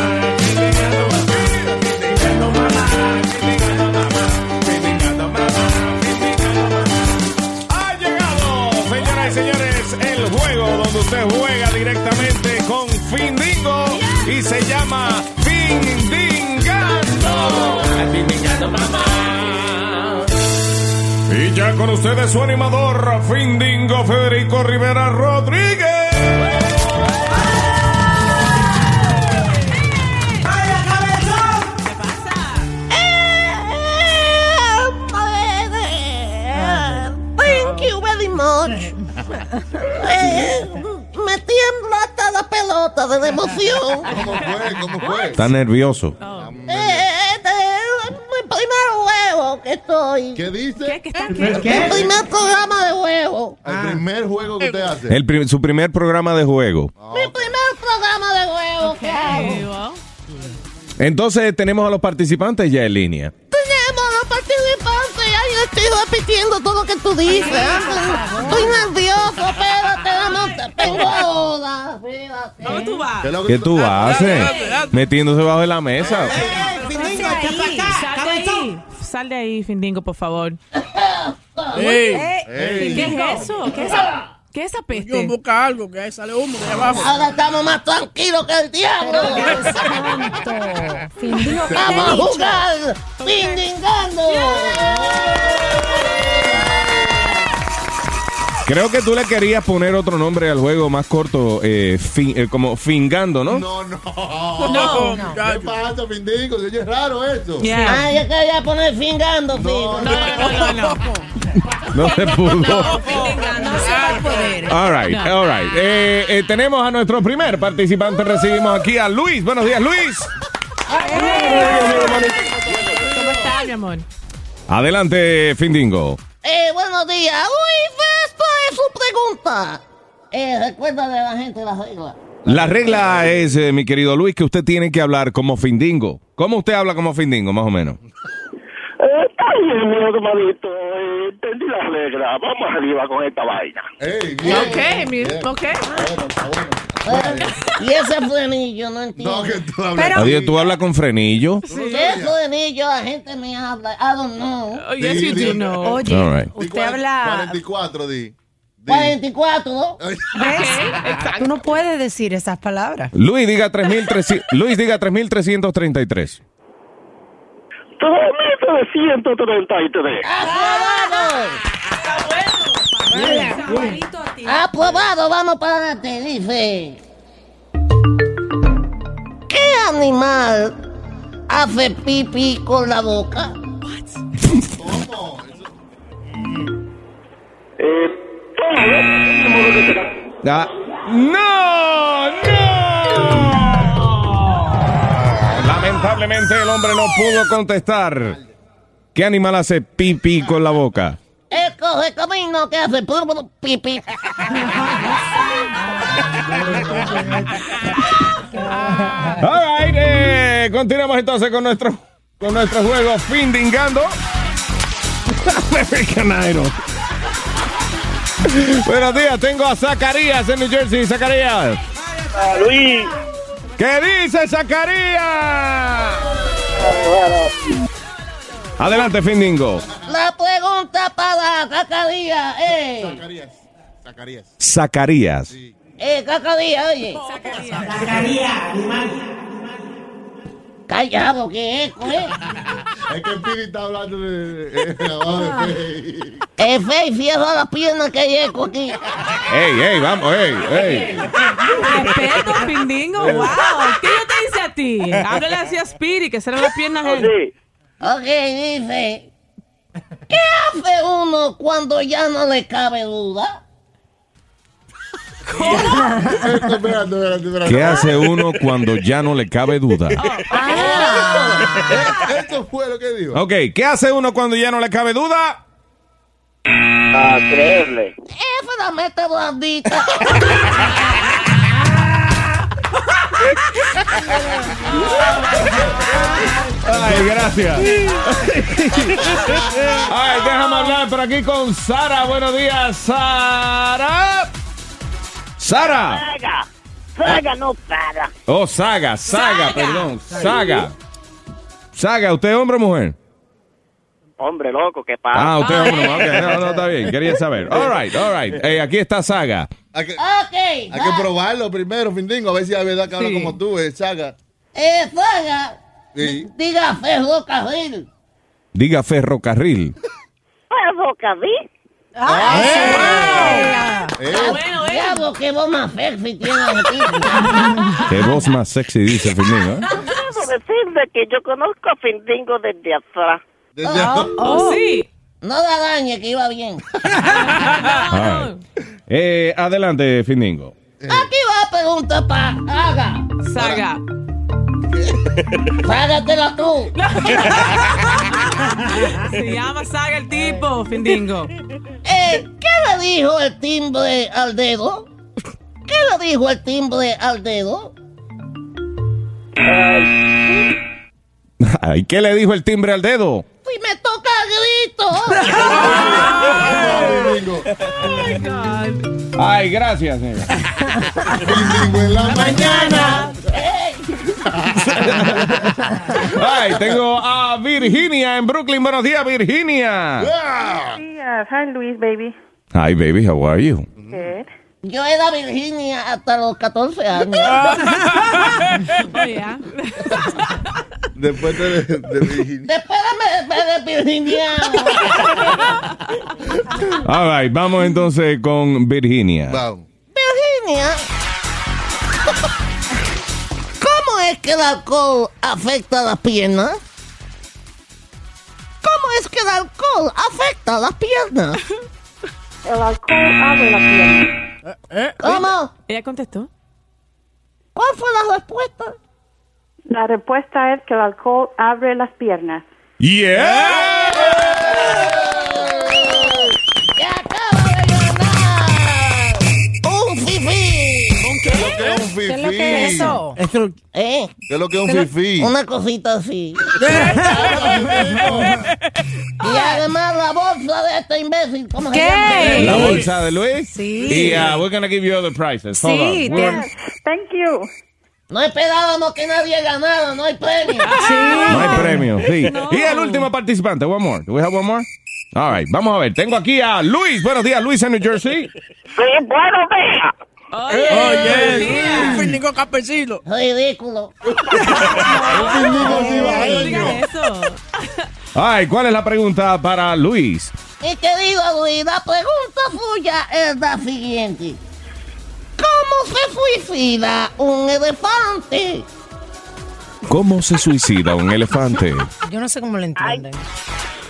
Speaker 3: Señoras y señores, el juego donde usted juega directamente con Findingo y se llama Findingando. Findingando, mamá. Y ya con ustedes su animador, Findingo Federico Rivera Rodríguez.
Speaker 6: Eh.
Speaker 14: Thank you very much. Eh, me tiembla hasta la pelota de la emoción.
Speaker 6: ¿Cómo fue?
Speaker 3: Está nervioso.
Speaker 14: Eh, este es mi primer huevo que estoy.
Speaker 6: ¿Qué dice? ¿Qué,
Speaker 14: El primer programa de huevo.
Speaker 6: El primer juego que usted hace.
Speaker 3: El pri- su primer programa de juego.
Speaker 6: Ah,
Speaker 14: Mi primer programa de huevo que hago.
Speaker 3: Entonces tenemos a los participantes ya en línea.
Speaker 14: Tenemos a los participantes. Ay, yo estoy repitiendo todo lo que tú dices. Estoy nervioso, espérate, dame, tengo ahora. ¿Dónde tú vas?
Speaker 3: ¿Qué tú haces? Metiéndose bajo de la mesa.
Speaker 16: Findingo, sal de ahí, sal de ahí. Sal de ahí, Findingo, por favor.
Speaker 15: Ey,
Speaker 16: Eh,
Speaker 15: ey.
Speaker 16: ¿Qué es eso? ¿Qué es esa, qué es esa
Speaker 13: Pues
Speaker 15: Yo
Speaker 16: peste?
Speaker 15: busca algo que ahí sale humo de abajo.
Speaker 14: Ahora estamos más tranquilos que el diablo.
Speaker 15: Findingo, ¿qué te
Speaker 14: Vamos
Speaker 15: he
Speaker 14: a
Speaker 15: dicho?
Speaker 14: jugar. Findingando.
Speaker 3: Creo que tú le querías poner otro nombre al juego más corto, eh, fin- eh, como fingando, ¿no?
Speaker 6: No, no.
Speaker 14: No, no.
Speaker 6: ¿Qué pasa, Pindico? Señor, es raro esto.
Speaker 14: Ay, es que voy a poner fingando, fijo.
Speaker 3: No se pudo.
Speaker 14: no se va a poder.
Speaker 3: All right, all right. Eh, eh, tenemos a nuestro primer participante. Recibimos aquí a Luis. Buenos días, Luis.
Speaker 16: ¿Cómo estás, mi amor?
Speaker 3: Adelante, Findingo.
Speaker 14: Eh, buenos días. Uy, Vespa es su pregunta. Eh, recuerda de la gente las reglas.
Speaker 3: La regla es, eh, mi querido Luis, que usted tiene que hablar como Findingo. ¿Cómo usted habla como Findingo, más o menos?
Speaker 24: Eh,
Speaker 15: Está bien, mi hermanito. Entendí la regla. Vamos arriba con esta vaina.
Speaker 16: Ok, mi, ok.
Speaker 14: Y ese frenillo, no entiendo.
Speaker 3: Adiós, tú hablas con frenillo.
Speaker 14: ¿Qué frenillo la gente me habla? I don't know.
Speaker 6: yes, you do know.
Speaker 14: Oye,
Speaker 3: All right.
Speaker 14: usted habla...
Speaker 6: 44, di.
Speaker 14: 44.
Speaker 2: Tú no puedes decir esas palabras.
Speaker 3: Luis diga 3300 Luis diga 3333.
Speaker 15: 3.333.
Speaker 9: Ah,
Speaker 14: Aprobado, vamos para adelante, dice. ¿Qué animal hace pipí con la boca?
Speaker 3: Ah. ¡No! ¡No! Lamentablemente el hombre no pudo contestar. ¿Qué animal hace pipí con la boca?
Speaker 14: El coge camino que hace pum, pum, pipí.
Speaker 3: All right, eh, continuamos entonces con nuestro, con nuestro juego Findingando. American Idol. Buenos días, tengo a Zacarías en New Jersey. Zacarías. Luis. ¿Qué dice Zacarías? Adelante, Findingo.
Speaker 14: La pregunta para Zacarías eh. es...
Speaker 6: Zacarías.
Speaker 3: Zacarías.
Speaker 14: Eh, Zacarías, oye.
Speaker 6: Zacarías,
Speaker 14: Callado, ¿qué es, eh?
Speaker 6: Es que Piri está hablando de. de- de abajo de Fey.
Speaker 14: Eh, Fey, cierra la pierna que hay eco aquí.
Speaker 3: Ey, ey, vamos, ey, ey.
Speaker 16: Respeto, pindingo, wow. ¿Qué yo te hice a ti? Háblale así a Spirit, que serán las piernas. él.
Speaker 14: Ok, dice. ¿Qué hace uno cuando ya no le cabe duda?
Speaker 6: Espérate, espérate, espérate.
Speaker 3: ¿Qué hace uno cuando ya no le cabe duda?
Speaker 6: Eh, Esto fue lo que dijo.
Speaker 3: Ok, ¿qué hace uno cuando ya no le cabe duda? A Ah, creerle.
Speaker 14: Esa Eh, la mete blandita.
Speaker 3: Ay, gracias. Ay, déjame hablar por aquí con Sara. Buenos días, Sara. Sara.
Speaker 17: Saga. Saga no para.
Speaker 3: Oh, Saga, Saga,
Speaker 17: Saga.
Speaker 3: perdón. Saga. Saga, ¿usted es hombre o mujer?
Speaker 17: Hombre loco, ¿qué pasa?
Speaker 3: Ah, usted es hombre. Ok, no, no, está bien. Quería saber. All right, all right. Eh, aquí está Saga.
Speaker 6: Hay que,
Speaker 14: ok.
Speaker 6: hay
Speaker 14: Ah.
Speaker 6: que probarlo primero, Findingo, a ver si es verdad que habla como tú, eh, Chaga.
Speaker 14: Eh, Saga,
Speaker 6: Sí.
Speaker 14: diga ferrocarril.
Speaker 3: Diga ferrocarril.
Speaker 14: ¿Ferrocarril?
Speaker 17: Bueno, eh.
Speaker 14: Ah, Diablo, qué vos más sexy tienes aquí.
Speaker 3: Qué voz más sexy dice Firmino, ¿eh?
Speaker 17: Quiero decirle que yo conozco a Findingo desde atrás.
Speaker 3: Ah.
Speaker 14: Oh,
Speaker 17: sí.
Speaker 14: No la dañe, que iba bien.
Speaker 3: All right. Eh, adelante, Findingo.
Speaker 14: Aquí va la pregunta para Saga.
Speaker 16: Saga.
Speaker 14: Ságatela tú.
Speaker 16: Se llama Saga el tipo, pindingo.
Speaker 14: Eh, ¿Qué le dijo el timbre al dedo? ¿Qué le dijo el timbre al dedo?
Speaker 3: Ay, ¿qué le dijo el timbre al dedo?
Speaker 14: Si me toca grito.
Speaker 3: Ay, gracias, señor.
Speaker 6: en la
Speaker 14: mañana.
Speaker 3: Ay, tengo a Virginia en Brooklyn. Buenos días, Virginia.
Speaker 17: Buenos días. Hi, Luis, baby.
Speaker 3: Hi, baby, how are you?
Speaker 14: Yo era Virginia hasta los 14 años.
Speaker 16: ah.
Speaker 6: Después de, de Virginia.
Speaker 14: Después de, de, de Virginia.
Speaker 3: All right, vamos entonces con Virginia.
Speaker 14: Virginia. ¿Cómo es que el alcohol afecta las piernas? ¿Cómo es que el alcohol afecta las piernas?
Speaker 17: El alcohol abre la piel.
Speaker 3: Eh,
Speaker 14: ¿Cómo?
Speaker 16: Ella contestó.
Speaker 14: ¿Cuál fue la respuesta?
Speaker 10: La respuesta es que el alcohol abre las piernas.
Speaker 3: Yeah.
Speaker 17: Um
Speaker 14: ¡Un fifí! ¿Un
Speaker 6: qué? ¿Qué es un fifí?
Speaker 14: ¿Qué es lo que es eso? ¿Eh?
Speaker 6: ¿Qué es lo que es un fifí?
Speaker 14: Una cosita así. y además la bolsa de este imbécil. ¿Cómo se llama?
Speaker 3: La bolsa de Luis.
Speaker 14: Sí.
Speaker 3: Y uh, we're gonna give you other prizes. Hold on.
Speaker 14: thank you. No esperábamos que nadie ganara, no hay premio.
Speaker 3: No hay premio, sí.
Speaker 14: Ah. No.
Speaker 3: Y el último participante, one more. Do we have one more? All right, vamos a ver. Tengo aquí a Luis. Buenos días, Luis en New Jersey.
Speaker 17: Sí, bueno, vea.
Speaker 16: Oye,
Speaker 14: Un
Speaker 16: findico campesino.
Speaker 14: Ridículo.
Speaker 3: Ay, ¿cuál es la pregunta para Luis?
Speaker 14: Mi querido Luis, la pregunta suya es la siguiente. ¿Cómo se suicida un elefante?
Speaker 3: ¿Cómo se suicida un elefante?
Speaker 2: Yo no sé cómo lo entienden.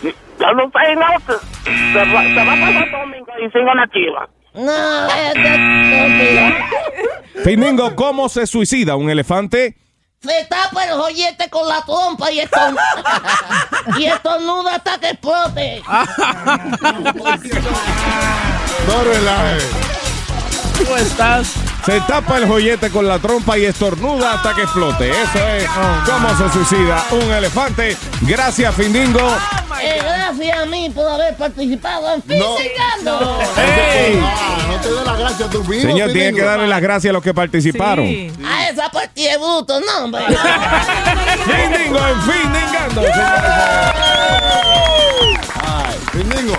Speaker 24: Yo no sé, no. Se, se va, se va a pasar domingo y sigo la chiva.
Speaker 14: No, es de
Speaker 2: este,
Speaker 3: Findingo, ¿cómo se suicida un elefante?
Speaker 14: Se tapa el joyete con la trompa y esto y estornuda hasta que explote.
Speaker 6: No relaje.
Speaker 24: ¿Cómo estás?
Speaker 3: Se tapa el joyete con la trompa y estornuda hasta que explote. Eso es cómo se suicida un elefante. Gracias, Findingo.
Speaker 14: Eh, gracias a mí por haber participado en
Speaker 3: No.
Speaker 14: Fisicando.
Speaker 3: Ey.
Speaker 6: Ah, no te dé las gracias tú mismo.
Speaker 3: Señor, tiene que
Speaker 6: Pilingo.
Speaker 3: darle las gracias a los que participaron.
Speaker 14: A Ah, esa partida de bruto, no, hombre.
Speaker 3: Findingo, en Findingando.
Speaker 6: Ay, Pilingo.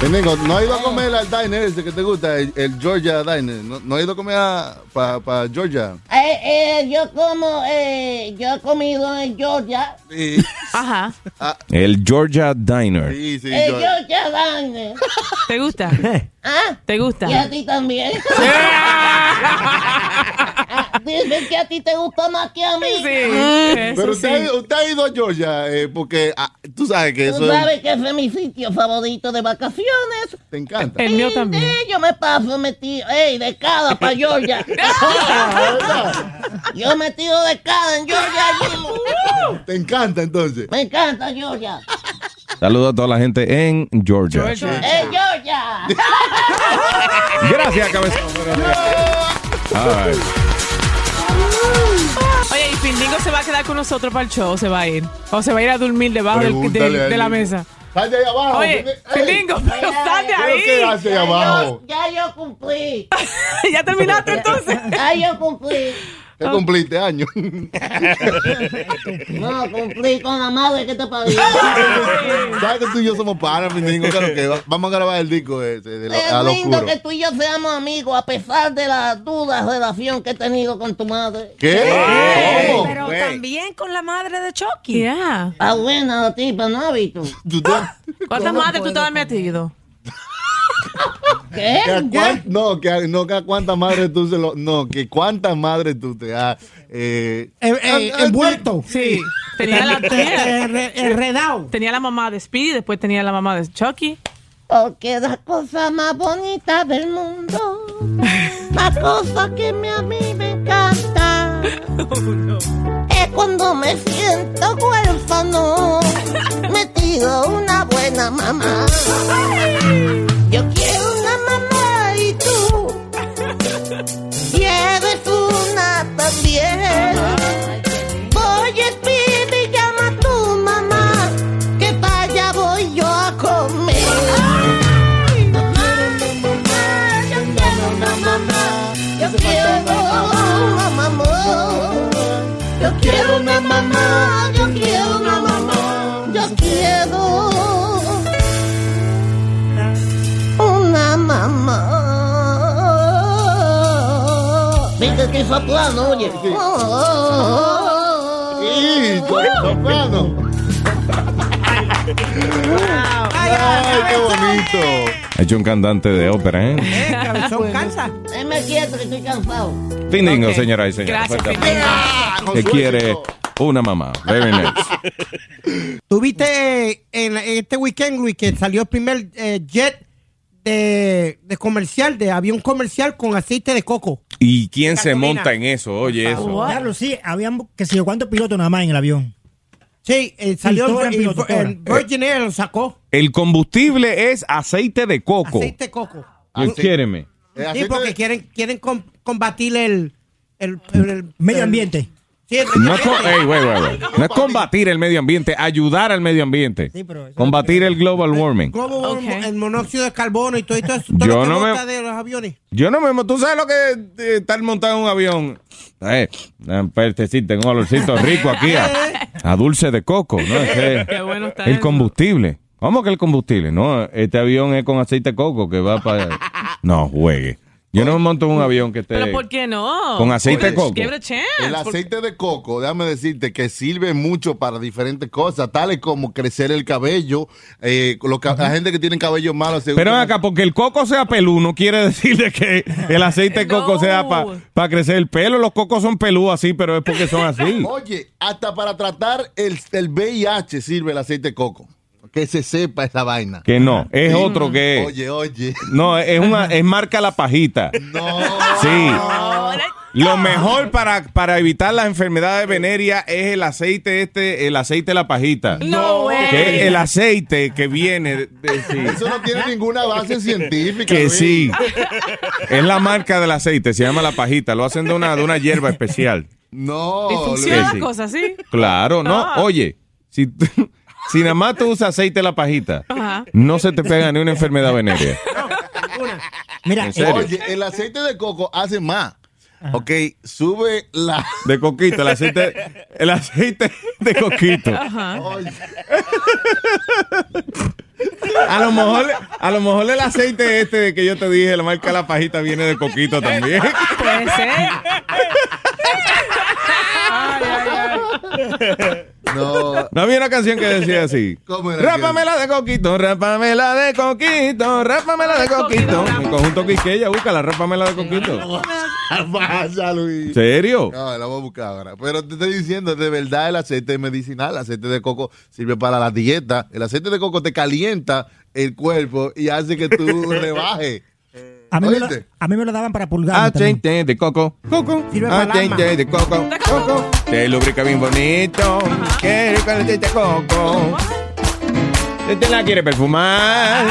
Speaker 6: Pilingo, no he ido a comer al diner ese que te gusta, el, el Georgia Diner. No, no he ido a comer para Georgia.
Speaker 14: Eh, eh, yo como, eh, yo he comido en Georgia. Ajá.
Speaker 3: El Georgia Diner.
Speaker 6: Ah, Sí, sí,
Speaker 14: En Eh, Georgia Diner.
Speaker 16: ¿Te gusta?
Speaker 3: Eh.
Speaker 14: ¿Ah?
Speaker 16: ¿Te gusta?
Speaker 14: Y a ti también. Ah, Dime que a ti te gusta más que a mí.
Speaker 6: Pero usted, usted ha ido a Georgia eh, porque ah, tú sabes que
Speaker 14: Tú
Speaker 6: eso
Speaker 14: sabes
Speaker 6: es,
Speaker 14: que ese es mi sitio favorito de vacaciones.
Speaker 6: te encanta.
Speaker 16: El mío también.
Speaker 14: Eh, yo me paso metido, ey, de cada pa' Georgia. yo me tiro de cada en Georgia allí mismo.
Speaker 6: Te encanta entonces.
Speaker 14: Me encanta Georgia.
Speaker 3: Saludos a toda la gente en Georgia.
Speaker 14: ¡Eh, Georgia!
Speaker 3: Gracias, cabezón. Ay.
Speaker 16: Oye, ¿y Findingo se va a quedar con nosotros para el show? o ¿Se va a ir? ¿O se va a ir a dormir debajo del,
Speaker 6: Pregúntale
Speaker 16: de,
Speaker 6: a
Speaker 16: de la
Speaker 6: él.
Speaker 16: mesa?
Speaker 6: Sal de ahí abajo.
Speaker 16: Oye, Findingo, pero sal de
Speaker 6: ¿Qué
Speaker 16: ahí.
Speaker 6: es lo que hace ahí abajo?
Speaker 14: Ya yo cumplí.
Speaker 16: ¿Ya terminaste entonces?
Speaker 14: Ya yo cumplí.
Speaker 6: ¿Qué cumpliste año?
Speaker 14: No, cumplí con la madre que te parió.
Speaker 6: ¿Sabes que tú y yo somos panas, Pilingo? Claro que va- vamos a grabar el disco ese de lo- a
Speaker 14: Es
Speaker 6: lo
Speaker 14: lindo
Speaker 6: oscuro.
Speaker 14: que tú y yo seamos amigos a pesar de la duda relación que he tenido con tu madre.
Speaker 6: ¿Qué? Oh, ¿Cómo?
Speaker 2: Pero también con la madre de Chucky.
Speaker 16: Yeah.
Speaker 14: Está buena la tipa, ¿no, Vito?
Speaker 16: ¿Cuántas madres tú te has metido?
Speaker 14: ¿Qué?
Speaker 6: Que a cuán- no, que a- no que a cuántas madres tú se lo... No, que cuántas madres tú te has... Eh,
Speaker 11: envuelto.
Speaker 16: Sí. Tenía la
Speaker 11: Te- te-
Speaker 16: tía.
Speaker 11: re- enredado.
Speaker 16: Tenía la mamá de Speedy, después tenía la mamá de Chucky.
Speaker 14: Porque las cosas más bonitas del mundo, las cosas que me- a mí me encanta, es cuando me siento huérfano, me tiro una buena mamá. Yo quiero una mamá y tú quieres una también. Oye, Speedy, llama a tu mamá, que para allá voy yo a comer. Yo quiero una mamá, yo quiero una mamá, yo quiero una mamá, yo quiero una mamá. Viste, estoy soplando, oye.
Speaker 17: Oh,
Speaker 6: Sí, estoy soplando. ¡Ay, qué bonito!
Speaker 3: Ha hecho un cantante de ópera, ¿eh?
Speaker 14: Cabezón, cansa. Me quieto que estoy cansado.
Speaker 3: Findingo, señora y señores.
Speaker 14: Gracias,
Speaker 3: Cuéntame.
Speaker 14: Findingo.
Speaker 3: Que quiere una mamá. Very nice.
Speaker 11: Tuviste eh, en, en este weekend, Luis, que salió el primer eh, jet de, de comercial, de avión comercial con aceite de coco.
Speaker 3: ¿Y quién se
Speaker 11: Gasolina.
Speaker 3: monta en eso? Oye, eso.
Speaker 21: Carlos, sí, habían, que sé yo, cuántos pilotos nada más en el avión.
Speaker 11: Sí, eh, salió
Speaker 21: todos eran
Speaker 11: el,
Speaker 21: pilotos, todos eran.
Speaker 11: Virgin Air lo sacó,
Speaker 3: El combustible es aceite de coco.
Speaker 11: aceite de coco.
Speaker 3: Yo- Quiéreme.
Speaker 6: Eh,
Speaker 11: Sí,
Speaker 21: aceite
Speaker 11: porque
Speaker 21: de-
Speaker 11: quieren, quieren com- combatir el, el, el- el-
Speaker 21: Medio ambiente.
Speaker 11: Sí, el-
Speaker 3: No es, co- Ey, wait, wait, wait. No es combatir el medio ambiente, ayudar al medio ambiente. Combatir el global warming.
Speaker 11: Como el monóxido de carbono y todo esto. todo
Speaker 3: Yo
Speaker 11: lo que
Speaker 3: no me-
Speaker 11: bota de los aviones.
Speaker 3: Yo no me... Tú sabes lo que es, eh, estar montado en un avión. Eh, un pertecito, tengo un olorcito rico aquí a, a dulce de coco. ¿no? Es que-
Speaker 16: Qué bueno está
Speaker 3: el
Speaker 16: eso.
Speaker 3: combustible. ¿Cómo que el combustible? No, este avión es con aceite de coco que va para... No, juegue. Yo no me monto en un avión que esté.
Speaker 16: Pero ¿por qué no?
Speaker 3: Con aceite de
Speaker 6: Oye,
Speaker 3: coco.
Speaker 16: Give it a chance.
Speaker 6: El
Speaker 16: Por-
Speaker 6: aceite de coco, déjame decirte que sirve mucho para diferentes cosas, tales como crecer el cabello. eh, lo ca- la gente que tiene cabello malo se
Speaker 3: Pero ven acá, porque el coco sea pelú, no quiere decir de que el aceite de coco sea para crecer el pelo. Los cocos son pelú así, pero es porque son así.
Speaker 6: Oye, hasta para tratar el, el VIH sirve el aceite de coco. Que se sepa esa vaina.
Speaker 3: Que no, es
Speaker 6: Sí.
Speaker 3: otro que
Speaker 6: Oye, oye.
Speaker 3: No, es una, es marca la pajita. Sí. Lo mejor para, para evitar las enfermedades venéreas es el aceite este, el aceite de la pajita.
Speaker 6: No way.
Speaker 3: Que es el aceite que viene de- de- sí.
Speaker 6: Ah, Eso no tiene ninguna base científica.
Speaker 3: Que
Speaker 6: Luis.
Speaker 3: sí. Es la marca del aceite, se llama la pajita. Lo hacen de una, de una hierba especial.
Speaker 6: No.
Speaker 16: ¿Y funciona
Speaker 3: sí.
Speaker 16: la cosa así?
Speaker 3: Claro, no.
Speaker 16: Ah.
Speaker 3: Oye, si, tú- si nada más tú usas aceite de la pajita,
Speaker 16: Ajá.
Speaker 3: no se te pega ni una enfermedad venérea.
Speaker 6: Mira,
Speaker 3: ¿En serio?
Speaker 6: oye, el aceite de coco hace más. Ok, sube la.
Speaker 3: De coquito, Ah. el aceite, el aceite de coquito.
Speaker 6: Oye,
Speaker 3: A lo mejor, a lo mejor el aceite este de que yo te dije, la marca la pajita viene de coquito también.
Speaker 16: Puede ser.
Speaker 6: No.
Speaker 3: No había una canción que decía así.
Speaker 1: ¿Cómo era?
Speaker 3: Rápamela de coquito, rápamela de coquito, rápamela de coquito. En conjunto Quisqueya, búscala, rápamela de coquito.
Speaker 6: pasa, Luis.
Speaker 3: ¿En serio?
Speaker 6: No, la voy a buscar ahora. Pero te estoy diciendo, de verdad, el aceite es medicinal. El aceite de coco sirve para la dieta. El aceite de coco te calienta el cuerpo y hace que tú rebajes.
Speaker 21: A mí, me lo,
Speaker 6: ¿Oíste?
Speaker 21: a mí me lo daban para pulgar.
Speaker 3: Aceite Ah, de coco, coco,
Speaker 21: Sirve para el alma.
Speaker 3: aceite de coco, coco. Te lubrica bien bonito. Qué rico el aceite de coco. Usted la quiere perfumar.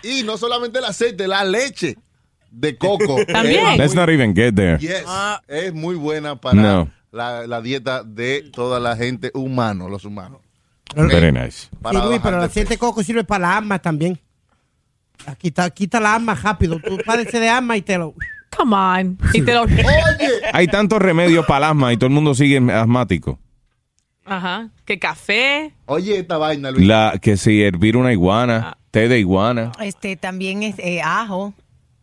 Speaker 6: y, y no solamente el aceite, la leche de coco. Es
Speaker 3: Eh, Let's
Speaker 6: muy-
Speaker 3: not even get there.
Speaker 6: Yes. es muy buena para
Speaker 3: No.
Speaker 6: la, la dieta de toda la gente humana, los humanos.
Speaker 3: Very nice.
Speaker 6: Para
Speaker 11: sí, Luis, pero
Speaker 6: bajar
Speaker 11: el
Speaker 6: de
Speaker 11: aceite de coco sirve para la alma también. Ah, Quita, quita la alma rápido. Tú padeces de alma y te lo.
Speaker 16: Come on. Y te lo.
Speaker 3: Hay tantos remedios para el asma y todo el mundo sigue asmático.
Speaker 16: Ajá. Que café.
Speaker 6: Oye, esta vaina,
Speaker 3: La que si hervir una iguana, té de iguana.
Speaker 2: Este también es eh, ajo,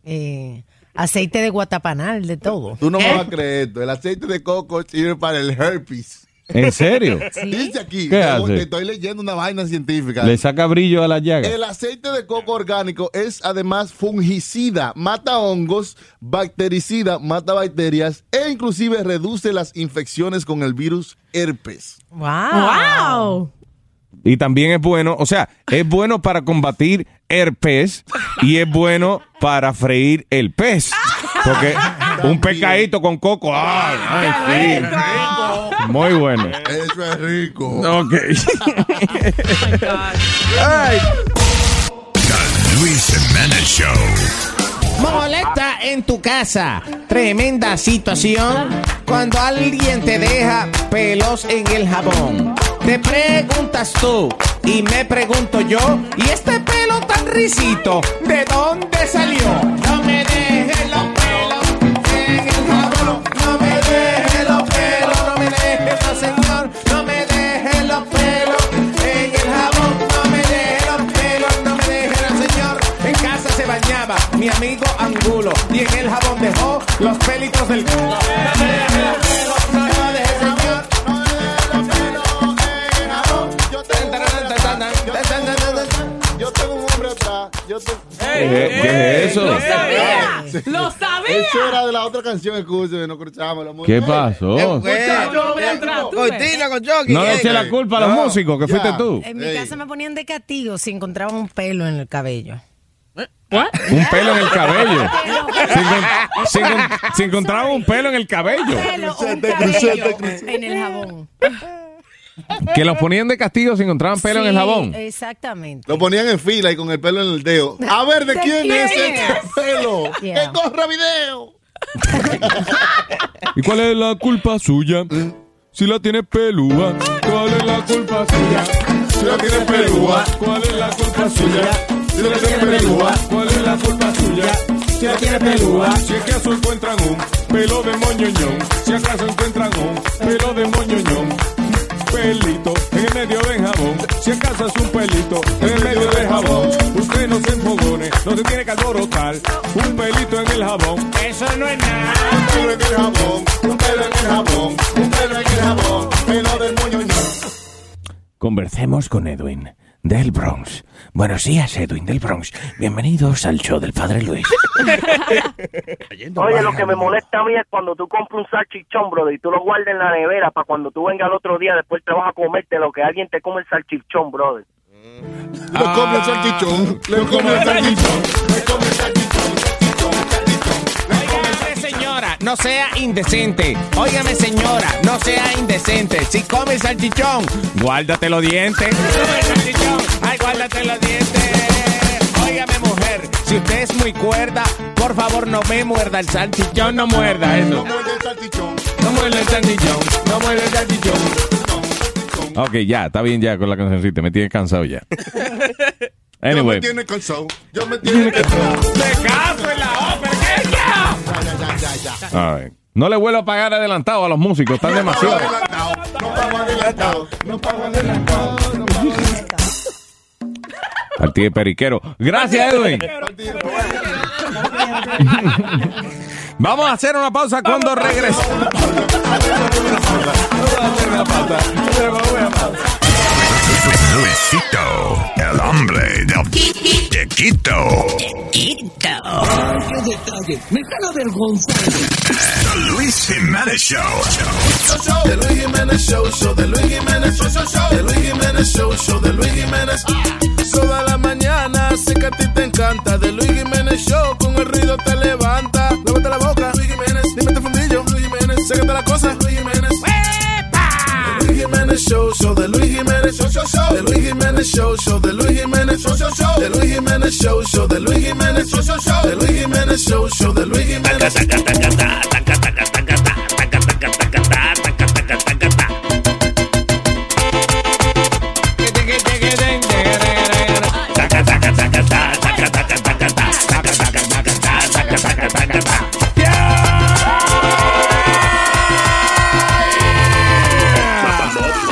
Speaker 2: eh, aceite de guatapanal, de todo. ¿Eh?
Speaker 6: Tú no me vas a creer esto. El aceite de coco sirve para el herpes.
Speaker 3: ¿En serio?
Speaker 6: Dice aquí,
Speaker 3: ¿Qué
Speaker 6: te,
Speaker 3: hace?
Speaker 6: te estoy leyendo una vaina científica.
Speaker 3: Le saca brillo a la llaga.
Speaker 6: El aceite de coco orgánico es además fungicida, mata hongos, bactericida, mata bacterias e inclusive reduce las infecciones con el virus herpes.
Speaker 16: Wow.
Speaker 3: Y también es bueno, o sea, es bueno para combatir herpes y es bueno para freír el pez. Porque un pescadito con coco. ¡ah! ay, sí. Muy bueno.
Speaker 6: Eso es rico.
Speaker 3: Ok.
Speaker 5: The Luis Jiménez Show.
Speaker 22: Molesta en tu casa. Tremenda situación cuando alguien te deja pelos en el jabón. Te preguntas tú y me pregunto yo, ¿y este pelo tan risito de dónde salió? No me dejes los pelos en el jabón. No me dejes los pelos, no me dejes, no, señor. No me dejes los pelos en el jabón. No me dejes los pelos, no me dejes, no, señor. En casa se bañaba mi amigo Angulo y en el jabón dejó los pelitos del culo.
Speaker 6: Yo tengo un hombre atrás. Yo te-
Speaker 3: ¿Qué es- qué es eso? ¡Lo sabía!
Speaker 16: ¡Lo sabía!
Speaker 6: Eso era de la otra canción, escúchame, no corchamos la
Speaker 3: ¿Qué
Speaker 6: mujer.
Speaker 3: pasó?
Speaker 6: Eh,
Speaker 3: No le eché la culpa a los
Speaker 6: No,
Speaker 3: músicos, que
Speaker 6: ya.
Speaker 3: fuiste tú.
Speaker 2: En mi casa me ponían de castigo si encontraban un pelo en el cabello.
Speaker 3: Un pelo en el cabello. Si, encon- si encon- si encontraba un pelo en el cabello.
Speaker 2: Pelo, un
Speaker 1: Crucete,
Speaker 2: cabello
Speaker 1: crucete,
Speaker 2: en el jabón.
Speaker 3: Que los ponían de castigo si encontraban pelo en el
Speaker 2: Sí,
Speaker 3: jabón.
Speaker 2: Exactamente.
Speaker 6: Lo ponían en fila y con el pelo en el dedo. A ver, ¿de quién es este pelo?
Speaker 2: Yeah.
Speaker 6: ¡Que corra video!
Speaker 3: ¿Y cuál es la culpa suya? Si la tiene pelúa. ¿Cuál es la culpa suya?
Speaker 1: Si la tiene pelúa. ¿Cuál es la culpa suya? Si la tiene pelúa. ¿Cuál es la culpa suya? Si la tiene pelúa. Si es que acaso encuentran un pelo de moñoñón. Si acaso encuentran un pelo de moñoñón. Pelito en el medio del jabón. Si acaso es un pelito en el medio del jabón. Usted no se enfogone.
Speaker 28: No se tiene que alborotar. Un pelito en el jabón. Eso no es nada.
Speaker 6: Un pelo en el jabón, un pelo en el jabón, un pelo en el jabón, pelo del moño
Speaker 29: Conversemos con Edwin del Bronx. Buenos días, Edwin del Bronx. Bienvenidos al show del Padre Luis.
Speaker 24: Oye, lo que me molesta a mí es cuando tú compras un salchichón, brother, y tú lo guardas en la nevera para cuando tú vengas al otro día, después te vas a comerte lo que alguien te come el salchichón, brother.
Speaker 6: Lo come el salchichón, le come el salchichón, le come el salchichón.
Speaker 13: Óigame, señora, no sea indecente. Óigame, señora, no sea indecente. Si comes salchichón, guárdate los dientes. Si comes salchichón, ay, guárdate los dientes. Óigame, mujer, si usted es muy cuerda, por favor no me muerda el salchichón, no muerda eso. No muerda el salchichón, no muerda el salchichón.
Speaker 3: Ok, ya, está bien ya con la cancioncita. Me tiene cansado ya.
Speaker 6: Yo me
Speaker 3: Anyway.
Speaker 6: tiene cansado, yo me tiene cansado.
Speaker 28: ¡Te caso en la ópera! ¿qué? ¡Ya!
Speaker 3: All right. No le vuelvo a pagar adelantado a los músicos, están demasiado. Partí de periquero. Gracias, Edwin. Vamos a hacer una pausa cuando regresemos.
Speaker 12: Luisito, el hombre del de Quito.
Speaker 17: ¡Qué detalle! ¡Me están avergonzando!
Speaker 12: The Luis Jiménez Show.
Speaker 7: show de Luis Jiménez Show, show de Luis Jiménez Show, show, show de Luis Jiménez Show, show de Luis Jiménez. Toda la mañana, sé que a ti te encanta. De Luis Jiménez Show, con el ruido te levanta. Lávate la boca, Luis Jiménez, límite el fundillo, Luis Jiménez, sécate la cosa, Luis Jiménez. De Luis Jiménez Show, show de Luis Jiménez, show, show, show de Luis Jiménez Show, show de Luis Jiménez, show, show, show de Luis Jiménez Show, show de Luis Jiménez, show, show, show de Luis Jiménez Show, show de Luis Jiménez.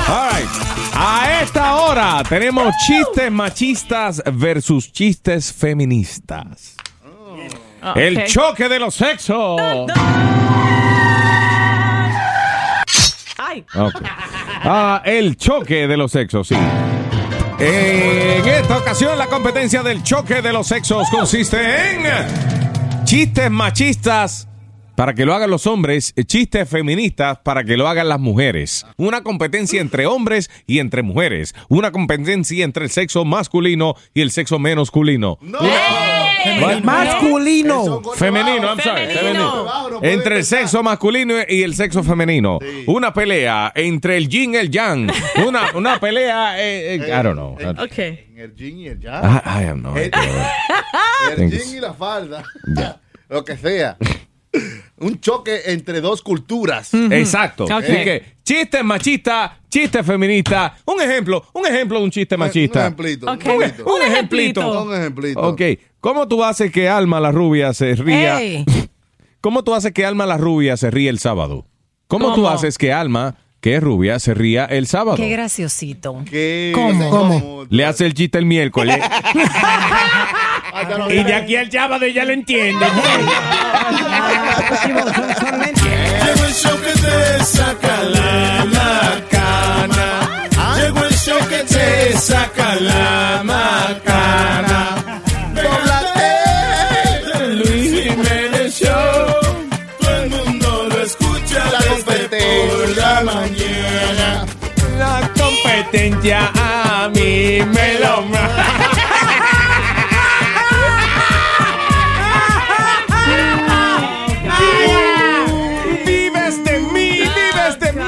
Speaker 3: All right. A esta hora tenemos chistes machistas versus chistes feministas. El choque de los sexos.
Speaker 16: ¡Ay!
Speaker 3: Ok. Ah, el choque de los sexos, sí. En esta ocasión la competencia del choque de los sexos consiste en chistes machistas para que lo hagan los hombres, chistes feministas para que lo hagan las mujeres. Una competencia entre hombres y entre mujeres. Una competencia entre el sexo masculino y el sexo menosculino.
Speaker 30: Femenino. Masculino.
Speaker 3: Femenino, I'm sorry.
Speaker 30: Femenino.
Speaker 3: femenino. Entre el sexo masculino y el sexo femenino. Una pelea entre el yin y el yang. Una, una pelea. eh, eh, I don't know.
Speaker 31: En el jean y el ya.
Speaker 3: I- I have no
Speaker 31: El-
Speaker 3: idea.
Speaker 31: El
Speaker 3: Thanks.
Speaker 31: jean y la falda. Lo que sea. Un choque entre dos culturas.
Speaker 3: Exacto. Así que, chiste machista, chiste feminista. Un ejemplo, un ejemplo de un chiste machista.
Speaker 31: Un ejemplito.
Speaker 3: Ok. Un, un ejemplito.
Speaker 31: Un ejemplito.
Speaker 3: Ok. ¿Cómo tú haces que Alma la rubia se ría?
Speaker 31: Ey.
Speaker 3: ¿Cómo tú haces que Alma la rubia se ría el sábado? ¿Cómo, tú
Speaker 2: ¿Cómo?
Speaker 3: haces que Alma, que es rubia, se ría el sábado?
Speaker 2: Qué graciosito.
Speaker 3: ¿Cómo? Le hace el chiste el miércoles.
Speaker 6: Ah,
Speaker 28: Y de aquí al sábado ya lo entiende.
Speaker 7: Llegó el show que te saca la macana. Llegó el show que te saca la macana. Doblate el Luis Jiménez Show. Todo el mundo lo escucha desde por la mañana.
Speaker 28: La competencia a mí me lo
Speaker 17: ¡Vives de mí! ¡Vives de mí!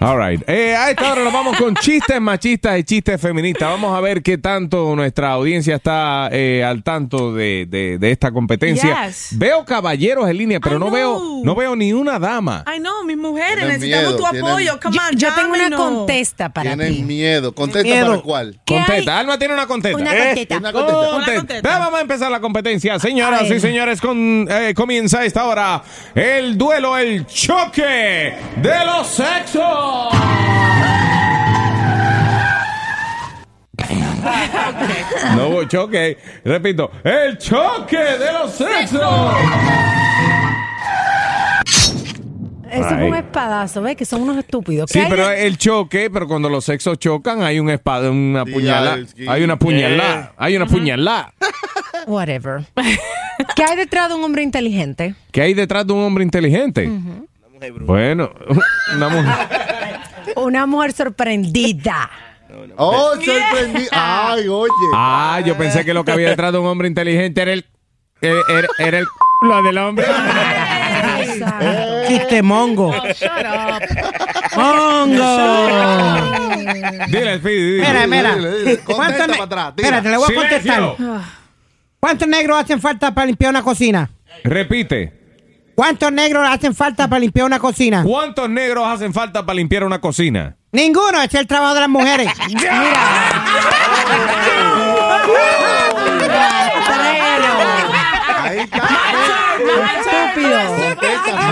Speaker 3: All right. Eh, a esta hora nos vamos con chistes machistas y chistes feministas. Vamos a ver qué tanto nuestra audiencia está eh, al tanto de, de- de esta competencia.
Speaker 16: Yes.
Speaker 3: Veo caballeros en línea, pero no veo, no veo ni una dama.
Speaker 16: Ay, no, mis mujeres,
Speaker 3: Tienen
Speaker 16: necesitamos
Speaker 3: miedo,
Speaker 16: tu
Speaker 3: tienen-
Speaker 16: apoyo. Come
Speaker 2: Yo,
Speaker 16: on,
Speaker 2: yo tengo una
Speaker 16: llámenos.
Speaker 2: contesta para
Speaker 31: Tienes
Speaker 2: ti.
Speaker 31: miedo. ¿Contesta
Speaker 3: Miedo.
Speaker 31: para cuál?
Speaker 3: Contesta. Alma tiene una contesta.
Speaker 2: Una
Speaker 3: Eh,
Speaker 2: contesta.
Speaker 3: una
Speaker 2: Una
Speaker 3: contesta.
Speaker 2: contesta.
Speaker 3: Contesta. Vamos a empezar la competencia.
Speaker 2: A
Speaker 3: Señoras
Speaker 2: ver.
Speaker 3: y señores, con, eh, comienza a esta hora el duelo, el choque de los sexos. No hubo choque. Repito, el choque de los sexos.
Speaker 2: Eso
Speaker 3: Ay.
Speaker 2: es un espadazo, ¿ves? Que son unos estúpidos.
Speaker 3: Sí,
Speaker 2: Que
Speaker 3: pero
Speaker 2: alguien-
Speaker 3: el choque, pero cuando los sexos chocan hay un espada, una puñalada,
Speaker 2: es que-
Speaker 3: hay una puñalada, hay una puñalada.
Speaker 2: Whatever. ¿Qué hay detrás de un hombre inteligente?
Speaker 3: ¿Qué hay detrás de un hombre inteligente? Bueno, una mujer.
Speaker 2: Una mujer sorprendida.
Speaker 6: Oh, sorprendí. Ay, oye.
Speaker 3: Ah, yo pensé que lo que había detrás de un hombre inteligente era el eh, era, era el lo del hombre.
Speaker 11: Chiste mongo. ¡Mongo!
Speaker 3: Dile, Speedy, dile.
Speaker 11: Mira, mira.
Speaker 6: Contesta
Speaker 11: ¿Cuánto ne-
Speaker 6: para atrás, tira.
Speaker 11: Espera, te le voy a
Speaker 3: Silencio.
Speaker 11: contestar. ¿Cuántos negros hacen falta para limpiar una cocina?
Speaker 3: Repite.
Speaker 11: ¿Cuántos negros hacen falta para limpiar una cocina?
Speaker 3: ¿Cuántos negros hacen falta para limpiar una cocina?
Speaker 11: Ninguno, ese es el trabajo de las mujeres.
Speaker 2: Estúpido.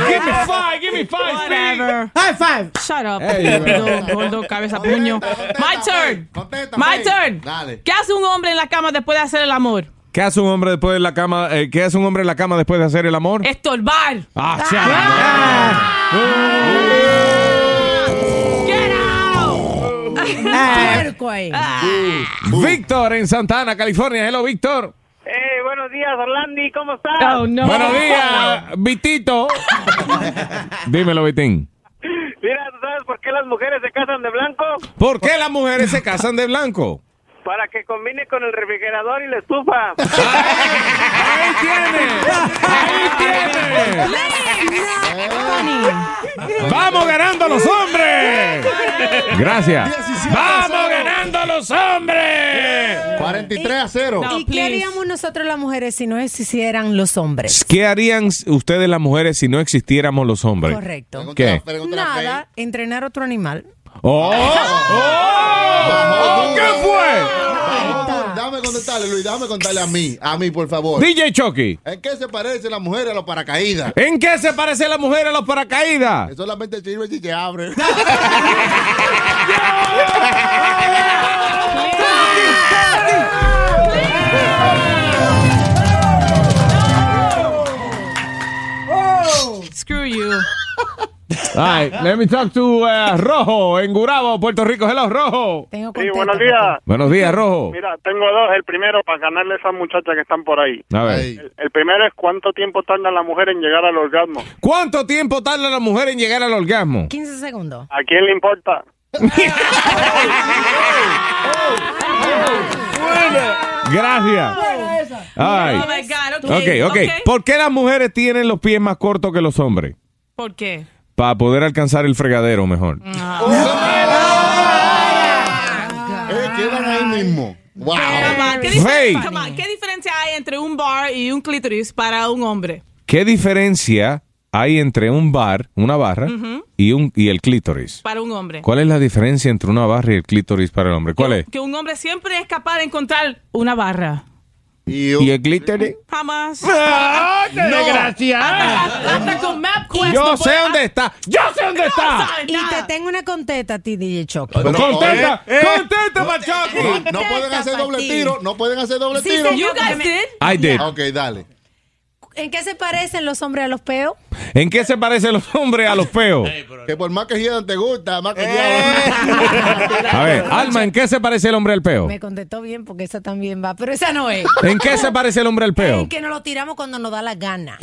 Speaker 3: Give me five, give me five, Speedy.
Speaker 11: High five.
Speaker 16: Shut up.
Speaker 3: Hey,
Speaker 16: estúpido, gordo, cabeza puño. My turn. My turn.
Speaker 6: Dale.
Speaker 16: ¿Qué hace un hombre en la cama después de hacer el amor?
Speaker 3: ¿Qué hace un hombre después de la cama? eh, ¿Qué hace un hombre en la cama después de hacer el amor?
Speaker 16: Este. Estorbar.
Speaker 3: Ah, sea la-
Speaker 2: Puerco ahí.
Speaker 9: Ah,
Speaker 3: Víctor en Santana, California. Hello, Víctor.
Speaker 9: Eh, buenos días, Orlandi, ¿cómo estás?
Speaker 11: Oh,
Speaker 3: Buenos días, Vitito. Dímelo, Vitín.
Speaker 9: Mira, ¿tú sabes por qué las mujeres se casan de blanco?
Speaker 3: ¿Por qué las mujeres se casan de blanco?
Speaker 9: Para que combine con el refrigerador y la estufa.
Speaker 3: ¡Ahí tiene! ¡Vamos ganando los hombres! Gracias. ¡Vamos ganando los hombres!
Speaker 6: 43 a 0.
Speaker 2: ¿Y qué haríamos nosotros las mujeres si no existieran los hombres?
Speaker 3: ¿Qué harían ustedes las mujeres si no existiéramos los hombres?
Speaker 2: Correcto.
Speaker 3: ¿Qué?
Speaker 2: Nada, entrenar otro animal.
Speaker 3: ¡Oh! ¿Qué fue?
Speaker 6: Dame Ah, contestarle, Luis, dame contarle a mí, a mí, por favor.
Speaker 3: DJ Chucky.
Speaker 6: ¿En qué se parece la mujer a los paracaídas?
Speaker 3: ¿En qué se parece la mujer a los paracaídas?
Speaker 6: Solamente sirve si te abre.
Speaker 3: Oh.
Speaker 16: Screw you.
Speaker 3: All right, let me talk to eh, Rojo en Gurabo, Puerto Rico. Hello, Rojo.
Speaker 9: Sí, buenos días.
Speaker 3: Buenos días, Rojo.
Speaker 9: Mira, tengo dos. El primero, para ganarle a esas muchachas que están por ahí.
Speaker 3: A ver.
Speaker 9: El, el primero es cuánto tiempo tarda la mujer en llegar al orgasmo.
Speaker 3: ¿Cuánto tiempo tarda la mujer en llegar al orgasmo?
Speaker 2: 15 segundos.
Speaker 9: ¿A quién le importa?
Speaker 3: Gracias. Ay.
Speaker 16: Ah, Oh my God,
Speaker 3: Ok,
Speaker 16: okay,
Speaker 3: ok.
Speaker 16: okay.
Speaker 3: ¿Por qué las mujeres tienen los pies más cortos que los hombres?
Speaker 16: ¿Por qué? Mm.
Speaker 3: Para poder alcanzar el fregadero mejor.
Speaker 6: Eh, quedan ahí mismo. Wow.
Speaker 16: Come on, ¿Qué,
Speaker 3: Rey.
Speaker 16: diferencia, come on, ¿Qué diferencia hay entre un bar y un clítoris para un hombre?
Speaker 3: ¿Qué diferencia hay entre un bar, una barra,
Speaker 16: Ujú.
Speaker 3: y, un, y el clítoris?
Speaker 16: Para un hombre.
Speaker 3: ¿Cuál es la diferencia entre una barra y el clítoris para el hombre? ¿Cuál es?
Speaker 16: Que un hombre siempre es capaz de encontrar una barra.
Speaker 3: ¿Y el clítoris?
Speaker 16: Jamás.
Speaker 3: ¡Ah, qué
Speaker 16: No.
Speaker 3: desgraciada!
Speaker 16: Hasta- hasta con MapQuest
Speaker 3: Yo
Speaker 16: no
Speaker 3: sé
Speaker 16: puede-
Speaker 3: dónde está. Yo Ah, sé dónde está.
Speaker 2: Y te tengo una contesta a ti, DJ Choque.
Speaker 3: Pero- Contenta,
Speaker 6: Eh, eh.
Speaker 3: contenta, machaco.
Speaker 6: No pueden hacer doble
Speaker 2: Martín.
Speaker 6: tiro, no pueden hacer doble
Speaker 2: Sí,
Speaker 6: tiro.
Speaker 2: señor, You guys porque
Speaker 3: I did.
Speaker 6: Ok, dale.
Speaker 2: ¿En qué se parecen los hombres a los peos?
Speaker 3: ¿En qué se parecen los hombres a los feos?
Speaker 6: Que por más que hieran te gusta, más que
Speaker 3: A ver, Alma, ¿en qué se parece el hombre al peo?
Speaker 2: Me contestó bien porque esa también va, pero esa no es.
Speaker 3: ¿En qué se parece el hombre al peo?
Speaker 2: En que nos lo tiramos cuando nos da la gana.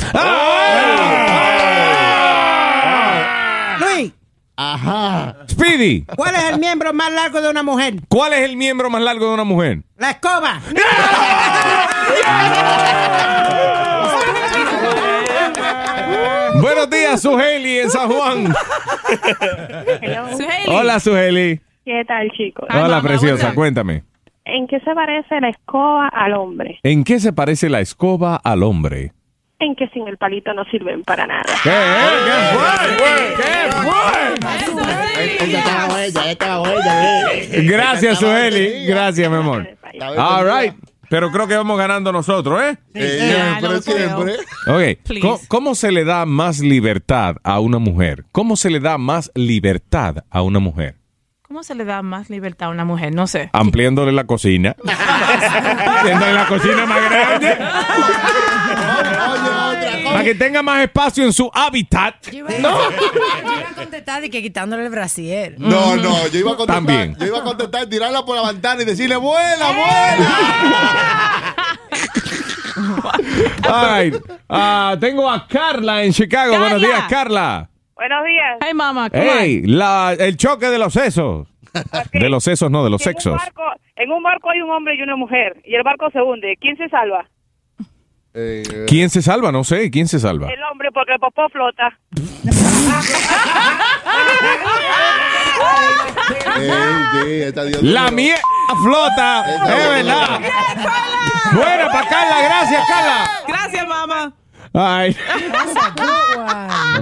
Speaker 11: Luis,
Speaker 6: Ajá.
Speaker 3: Speedy,
Speaker 11: ¿cuál es el miembro más largo de una mujer?
Speaker 3: ¿cuál es el miembro más largo de una mujer?
Speaker 11: La escoba.
Speaker 3: Buenos días, Sujeli en San Juan.
Speaker 17: Suheli.
Speaker 3: Hola, Sujeli.
Speaker 17: ¿Qué tal, chicos?
Speaker 3: Hola, preciosa, cuéntame.
Speaker 17: ¿En qué se parece la escoba al hombre?
Speaker 3: ¿En qué se parece la escoba al hombre?
Speaker 17: En que sin el palito no sirven para nada.
Speaker 3: ¿Qué? eh? ¿Qué? Gracias, Sujeli. Gracias, mi amor. All right. Pero creo que vamos ganando nosotros, ¿eh?
Speaker 6: Siempre, siempre.
Speaker 3: Ok,
Speaker 6: Please.
Speaker 3: ¿Cómo, cómo se le da más libertad a una mujer? ¿Cómo se le da más libertad a una mujer?
Speaker 16: ¿Cómo se le da más libertad a una mujer? No sé.
Speaker 3: Ampliándole la cocina. Haciéndole la cocina más grande. Para que tenga más espacio en su hábitat.
Speaker 2: No. Yo iba a contestar de que quitándole el brasier.
Speaker 6: No, no, yo iba a contestar.
Speaker 3: También.
Speaker 6: Yo iba a contestar, tirarla por la ventana y decirle, vuela, vuela.
Speaker 3: All right. Ah, tengo a Carla en Chicago. Buenos días, Carla.
Speaker 10: Buenos días.
Speaker 16: Hey, mamá.
Speaker 3: Hey, la- el choque de los sesos. De los sesos, no, de los
Speaker 10: En un,
Speaker 3: sexos.
Speaker 10: barco, en un barco hay un hombre y una mujer y el barco se hunde. ¿Quién se salva?
Speaker 3: ¿Quién se salva? No sé, ¿quién se salva?
Speaker 10: El hombre porque el popó flota.
Speaker 13: Eh.
Speaker 3: La mierda flota, es verdad. Buena para Carla, gracias Carla.
Speaker 16: Gracias, mamá.
Speaker 3: Eh, Ay,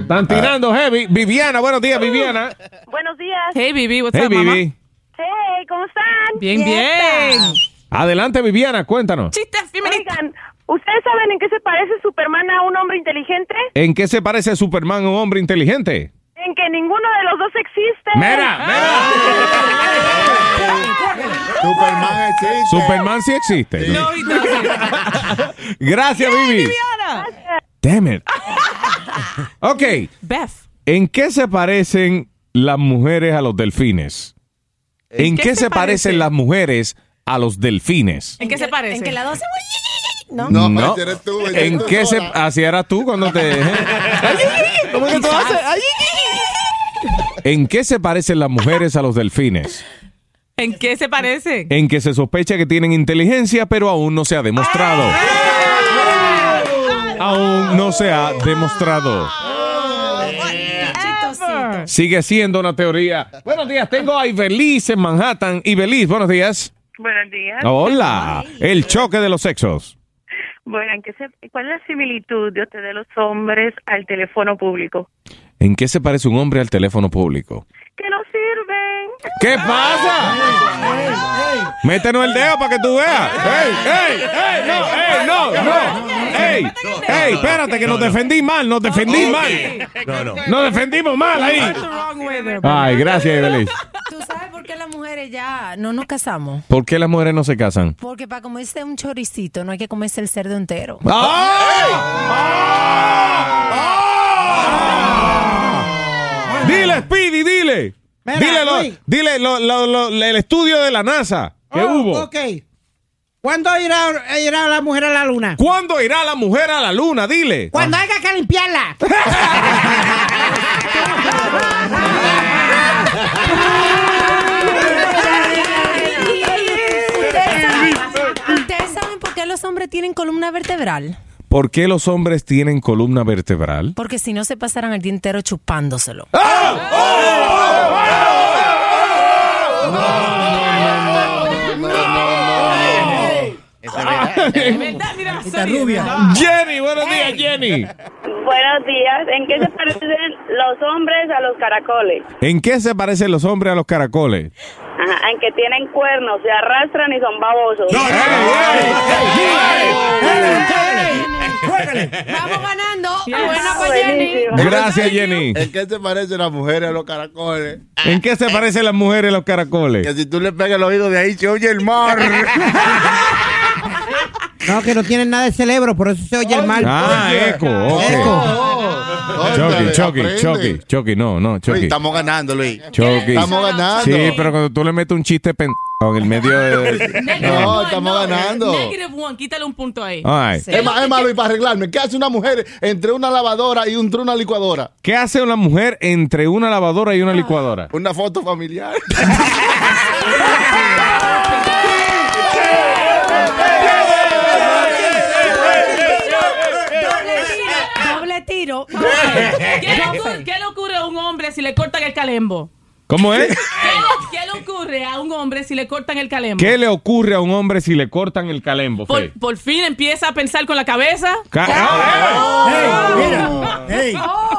Speaker 3: están tirando heavy. Viviana, buenos días Viviana.
Speaker 13: Buenos días.
Speaker 16: Hey, Vivi, what's
Speaker 3: Hey
Speaker 16: up, mamá?
Speaker 3: Vivi.
Speaker 13: Hey, ¿cómo están?
Speaker 16: Bien, bien.
Speaker 3: Adelante Viviana, cuéntanos.
Speaker 13: Oigan, ¿ustedes saben en qué se parece Superman a un hombre inteligente?
Speaker 3: ¿En qué se parece Superman a un hombre inteligente?
Speaker 13: En que ninguno de los dos existe.
Speaker 3: Mira,
Speaker 6: Superman existe.
Speaker 3: Superman sí existe. Gracias Vivi. Damn it. Ok.
Speaker 16: Beth.
Speaker 3: ¿En qué se parecen las mujeres a los delfines? ¿En qué, se parecen las mujeres a los delfines?
Speaker 16: ¿En qué se parece? En que la
Speaker 2: dos
Speaker 16: No.
Speaker 3: ¿En qué se así eras tú cuando te
Speaker 13: ¿Cómo
Speaker 1: que tú haces? Ay,
Speaker 3: ¿En qué se parecen las mujeres a los delfines?
Speaker 16: ¿En qué se parece?
Speaker 3: En que se sospecha que tienen inteligencia, pero aún no se ha demostrado. Aún no se ha demostrado. Sigue siendo una teoría. Buenos días, tengo a Ibeliz en Manhattan. Ibeliz, buenos días.
Speaker 13: Buenos días.
Speaker 3: Hola. El choque de los sexos.
Speaker 13: Bueno, ¿en qué se- ¿cuál es la similitud de ustedes los hombres al teléfono público?
Speaker 3: ¿En qué se parece un hombre al teléfono público?
Speaker 13: Que no sirven.
Speaker 3: ¿Qué pasa? Métenos el dedo para que tú veas. ¡Ey, ey, ey! ¡No, ey, no, no! ¡Ey, ey! Espérate, que nos defendí mal, nos defendí mal.
Speaker 1: No, no.
Speaker 3: Nos defendimos mal ahí. Ay, gracias, Ibeliz.
Speaker 2: ¿Tú sabes por qué las mujeres ya no nos casamos?
Speaker 3: ¿Por qué las mujeres no se casan?
Speaker 2: Porque para comerse un choricito no hay que comerse el cerdo entero.
Speaker 3: Ah. ¡Ah! Dile, Speedy, dile.
Speaker 2: Mira,
Speaker 3: dile lo-
Speaker 2: Luis.
Speaker 3: dile lo- lo- lo- el estudio de la NASA que
Speaker 11: Oh,
Speaker 3: hubo.
Speaker 11: Ok. ¿Cuándo irá, irá la mujer a la luna?
Speaker 3: ¿Cuándo irá la mujer a la luna? Dile. Ah.
Speaker 11: Cuando haya que limpiarla.
Speaker 2: ¿Ustedes saben por qué los hombres tienen columna vertebral?
Speaker 3: ¿Por qué los hombres tienen columna vertebral?
Speaker 2: Porque si no se pasaran el día entero chupándoselo.
Speaker 1: Está rubia.
Speaker 3: Jenny, buenos días, Jenny.
Speaker 13: Buenos días. ¿En qué se parecen los hombres a los caracoles?
Speaker 3: ¿En qué se parecen los hombres a los caracoles?
Speaker 13: Ajá, en que tienen cuernos, se arrastran y son babosos.
Speaker 2: Vamos ganando.
Speaker 13: Buena
Speaker 2: pa' Jenny.
Speaker 3: Gracias, Jenny.
Speaker 6: ¿En qué se parecen las mujeres a los caracoles?
Speaker 3: ¿En qué se parecen las mujeres a los caracoles?
Speaker 6: Que si tú le pegas el oído de ahí, se oye el mar.
Speaker 11: No, que no tienen nada de cerebro, por eso se oye el mal.
Speaker 3: Ah, eco. ok. Chucky,
Speaker 6: Óyale,
Speaker 3: Chucky,
Speaker 6: aprende.
Speaker 3: Chucky, Chucky, no, no,
Speaker 6: Luis,
Speaker 3: Chucky.
Speaker 6: estamos ganando, Luis.
Speaker 3: Chucky.
Speaker 6: Estamos ganando.
Speaker 3: Sí, pero cuando tú le metes un chiste pen... en el medio de...
Speaker 6: No, estamos ganando.
Speaker 16: Negative one, quítale un punto ahí.
Speaker 3: All right.
Speaker 6: Es más, es malo, y para arreglarme, ¿qué hace una mujer entre una lavadora y un- entre una licuadora?
Speaker 3: ¿Qué hace una mujer entre una lavadora y una licuadora?
Speaker 6: Una foto familiar.
Speaker 16: Doble tiro. ¿Qué le, ocurre, qué le ocurre a un hombre si le cortan el calembo?
Speaker 3: ¿Cómo es?
Speaker 16: ¿Qué le, qué le ocurre a un hombre si le cortan el calembo?
Speaker 3: ¿Qué le ocurre a un hombre si le cortan el calembo?
Speaker 16: Por,
Speaker 3: Fe?
Speaker 16: por fin empieza a pensar con la cabeza. ¡Oh!
Speaker 3: Ca-
Speaker 11: Este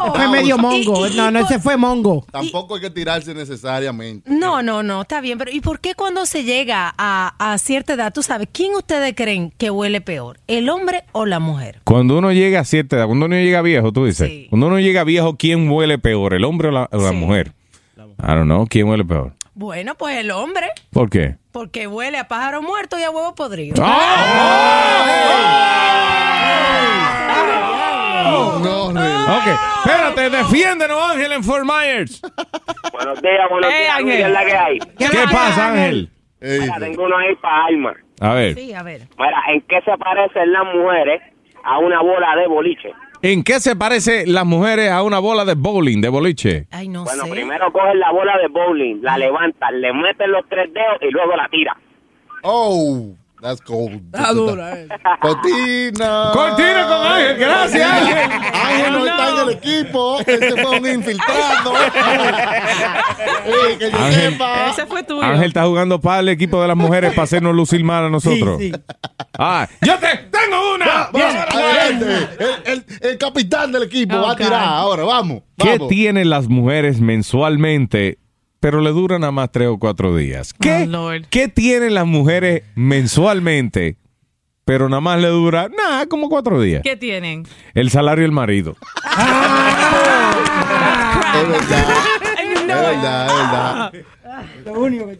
Speaker 2: Oh.
Speaker 11: Fue medio mongo.
Speaker 6: y-
Speaker 11: No, no, ese fue mongo.
Speaker 6: Tampoco hay que tirarse necesariamente.
Speaker 2: No, no, no, está bien, pero ¿y por qué cuando se llega a, a cierta edad, tú sabes, quién ustedes creen que huele peor, el hombre o la mujer?
Speaker 3: Cuando uno llega a cierta edad, cuando uno llega viejo, tú dices, cuando uno llega viejo, ¿quién huele peor, el hombre o la, o la mujer? I don't know, ¿quién huele peor?
Speaker 2: Bueno, pues el hombre,
Speaker 3: ¿Por qué?
Speaker 2: porque huele a pájaro muerto y a huevo podrido.
Speaker 3: ¡Ah!
Speaker 2: ¡Ah!
Speaker 3: No, Ok, espérate, defiéndenos, Ángel, en Fort Myers.
Speaker 9: Buenos días, buenos días.
Speaker 3: Ángel.
Speaker 9: Mira la que hay.
Speaker 3: ¿Qué, pasa, Ángel?
Speaker 9: Mira, tengo uno ahí para Alma.
Speaker 3: A ver,
Speaker 2: a ver.
Speaker 9: Mira, ¿en qué se parecen las mujeres a una bola de boliche?
Speaker 3: ¿en qué se parece las mujeres a una bola de bowling, de boliche?
Speaker 9: bueno, primero cogen la bola de bowling, la levantan, le meten los tres dedos y luego la tiran.
Speaker 6: Oh, that's cold.
Speaker 16: eh.
Speaker 6: Cortina.
Speaker 3: Cortina con Ángel, gracias, Ángel.
Speaker 6: Ángel no está en el equipo, ese fue un infiltrado. Sí, que yo
Speaker 3: Ángel.
Speaker 6: sepa.
Speaker 16: Ese fue tuyo.
Speaker 3: Ángel está jugando para el equipo de las mujeres para hacernos lucir mal a nosotros. Ah, yo te tengo una.
Speaker 6: Vamos, adelante. El, el- el capitán del equipo va a tirar ahora, vamos.
Speaker 3: ¿Qué
Speaker 6: vamos.
Speaker 3: tienen las mujeres mensualmente, pero le duran a más tres o cuatro días? ¿Qué, ¿qué tienen las mujeres mensualmente, pero nada más le dura nada, como cuatro días?
Speaker 16: ¿Qué tienen?
Speaker 3: El salario del marido.
Speaker 6: Es verdad,
Speaker 16: es
Speaker 6: verdad, es verdad.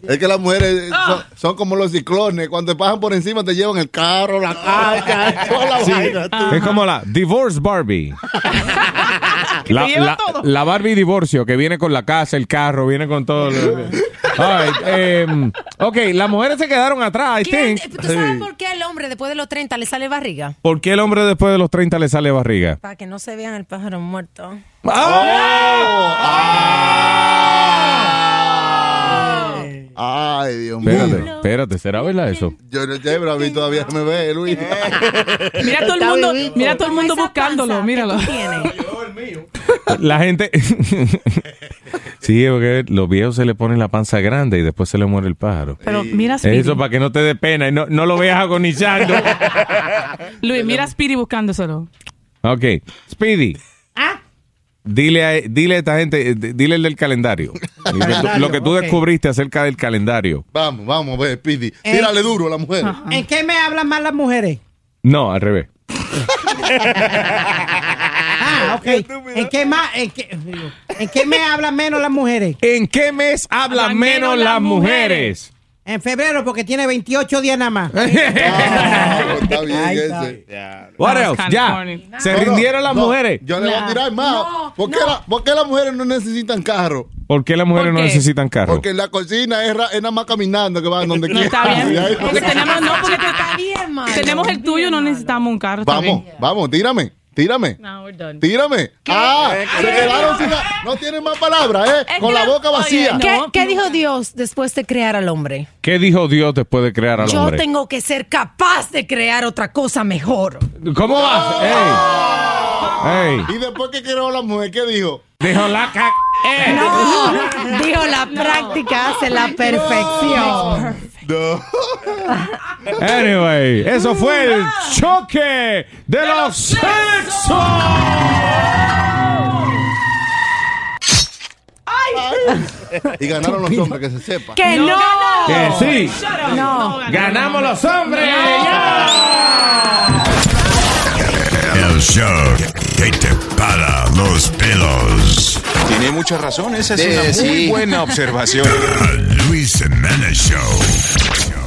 Speaker 6: Es que las mujeres
Speaker 16: Ah.
Speaker 6: son, son como los ciclones, cuando te pasan por encima te llevan el carro, la caja, toda la
Speaker 3: Sí,
Speaker 6: vaina. tú.
Speaker 3: es como la Divorce Barbie. La,
Speaker 6: lleva
Speaker 3: la-
Speaker 6: todo.
Speaker 3: la Barbie divorcio que viene con la casa, el carro, viene con todo. lo- All right, em, ok, las mujeres se quedaron atrás, I
Speaker 2: ¿Qué-
Speaker 3: think.
Speaker 2: ¿Tú sabes
Speaker 3: Sí.
Speaker 2: por qué al hombre después de los 30 le sale barriga?
Speaker 3: ¿Por qué el hombre después de los 30 le sale barriga?
Speaker 2: Para que no se vean el pájaro muerto.
Speaker 3: ¡Ah!
Speaker 6: ¡Oh! Ah, Ay, Dios mío.
Speaker 3: Espérate, espérate, ¿será verdad eso?
Speaker 6: Yo no sé, pero a mí todavía no me ve, Luis.
Speaker 16: Mira todo el mundo, mira todo el mundo buscándolo, míralo.
Speaker 3: La gente. sí, porque los viejos se le ponen la panza grande y después se le muere el pájaro.
Speaker 16: Pero mira, Speedy.
Speaker 3: Eso para que no te dé pena y no, no lo veas agonizando.
Speaker 16: Luis, mira a Speedy buscándoselo.
Speaker 3: ok, Speedy. Dile a, dile a esta gente, eh, d- dile el del calendario. Lo que tú- lo que tú
Speaker 11: ok.
Speaker 3: descubriste acerca del calendario.
Speaker 6: Vamos, vamos, ve, Pidi. Tírale duro a la mujer.
Speaker 11: ¿En qué me hablan mal las mujeres?
Speaker 3: No, al revés.
Speaker 11: Ah, ok. ¿En qué, más, en, qué, ¿En qué mes hablan menos las mujeres?
Speaker 3: ¿En qué mes hablan menos las mujeres?
Speaker 11: En febrero, porque tiene 28 días nada más.
Speaker 6: Está bien
Speaker 11: Ahí está.
Speaker 6: ese.
Speaker 3: What else? Ya. Se
Speaker 6: No, no,
Speaker 3: rindieron las
Speaker 6: no,
Speaker 3: mujeres.
Speaker 6: Yo le voy a tirar más. ¿Por, qué la- por qué las mujeres no necesitan carro?
Speaker 3: ¿Por qué las mujeres no
Speaker 6: qué?
Speaker 3: necesitan carro?
Speaker 6: Porque en la cocina es, ra- es nada más caminando que van donde
Speaker 16: No
Speaker 6: quieran.
Speaker 16: está
Speaker 6: Y
Speaker 16: bien.
Speaker 6: ahí-
Speaker 16: Porque tenemos, Ah, no, porque tenemos el tuyo, no necesitamos un carro. está
Speaker 6: Vamos,
Speaker 16: bien.
Speaker 6: vamos, tírame, tírame.
Speaker 16: No, we're done.
Speaker 6: Tírame. Ah, se quedaron sin la- No tienen más palabras, ¿eh?
Speaker 2: Es
Speaker 6: Con
Speaker 2: que-
Speaker 6: la boca vacía.
Speaker 2: ¿Qué, qué dijo Dios después de crear al hombre?
Speaker 3: ¿Qué dijo Dios después de crear al
Speaker 2: Yo
Speaker 3: hombre?
Speaker 2: tengo que ser capaz de crear otra cosa mejor.
Speaker 3: ¿Cómo ¡Eh, vas? Ey. Ey.
Speaker 6: Y después que creó la mujer, ¿qué dijo?
Speaker 3: Dijo la ca...
Speaker 2: No, dijo la práctica hace la perfección.
Speaker 3: Anyway, eso fue el choque de los sexos.
Speaker 6: Y ganaron los hombres, que se sepa.
Speaker 2: ¡Que no!
Speaker 3: Que sí.
Speaker 2: No.
Speaker 3: Ganamos los hombres.
Speaker 5: El show que te para los pelos.
Speaker 15: Tiene mucha razón, esa es
Speaker 5: Sí,
Speaker 15: una muy
Speaker 5: sí.
Speaker 15: buena observación.
Speaker 5: Luis Jiménez Show.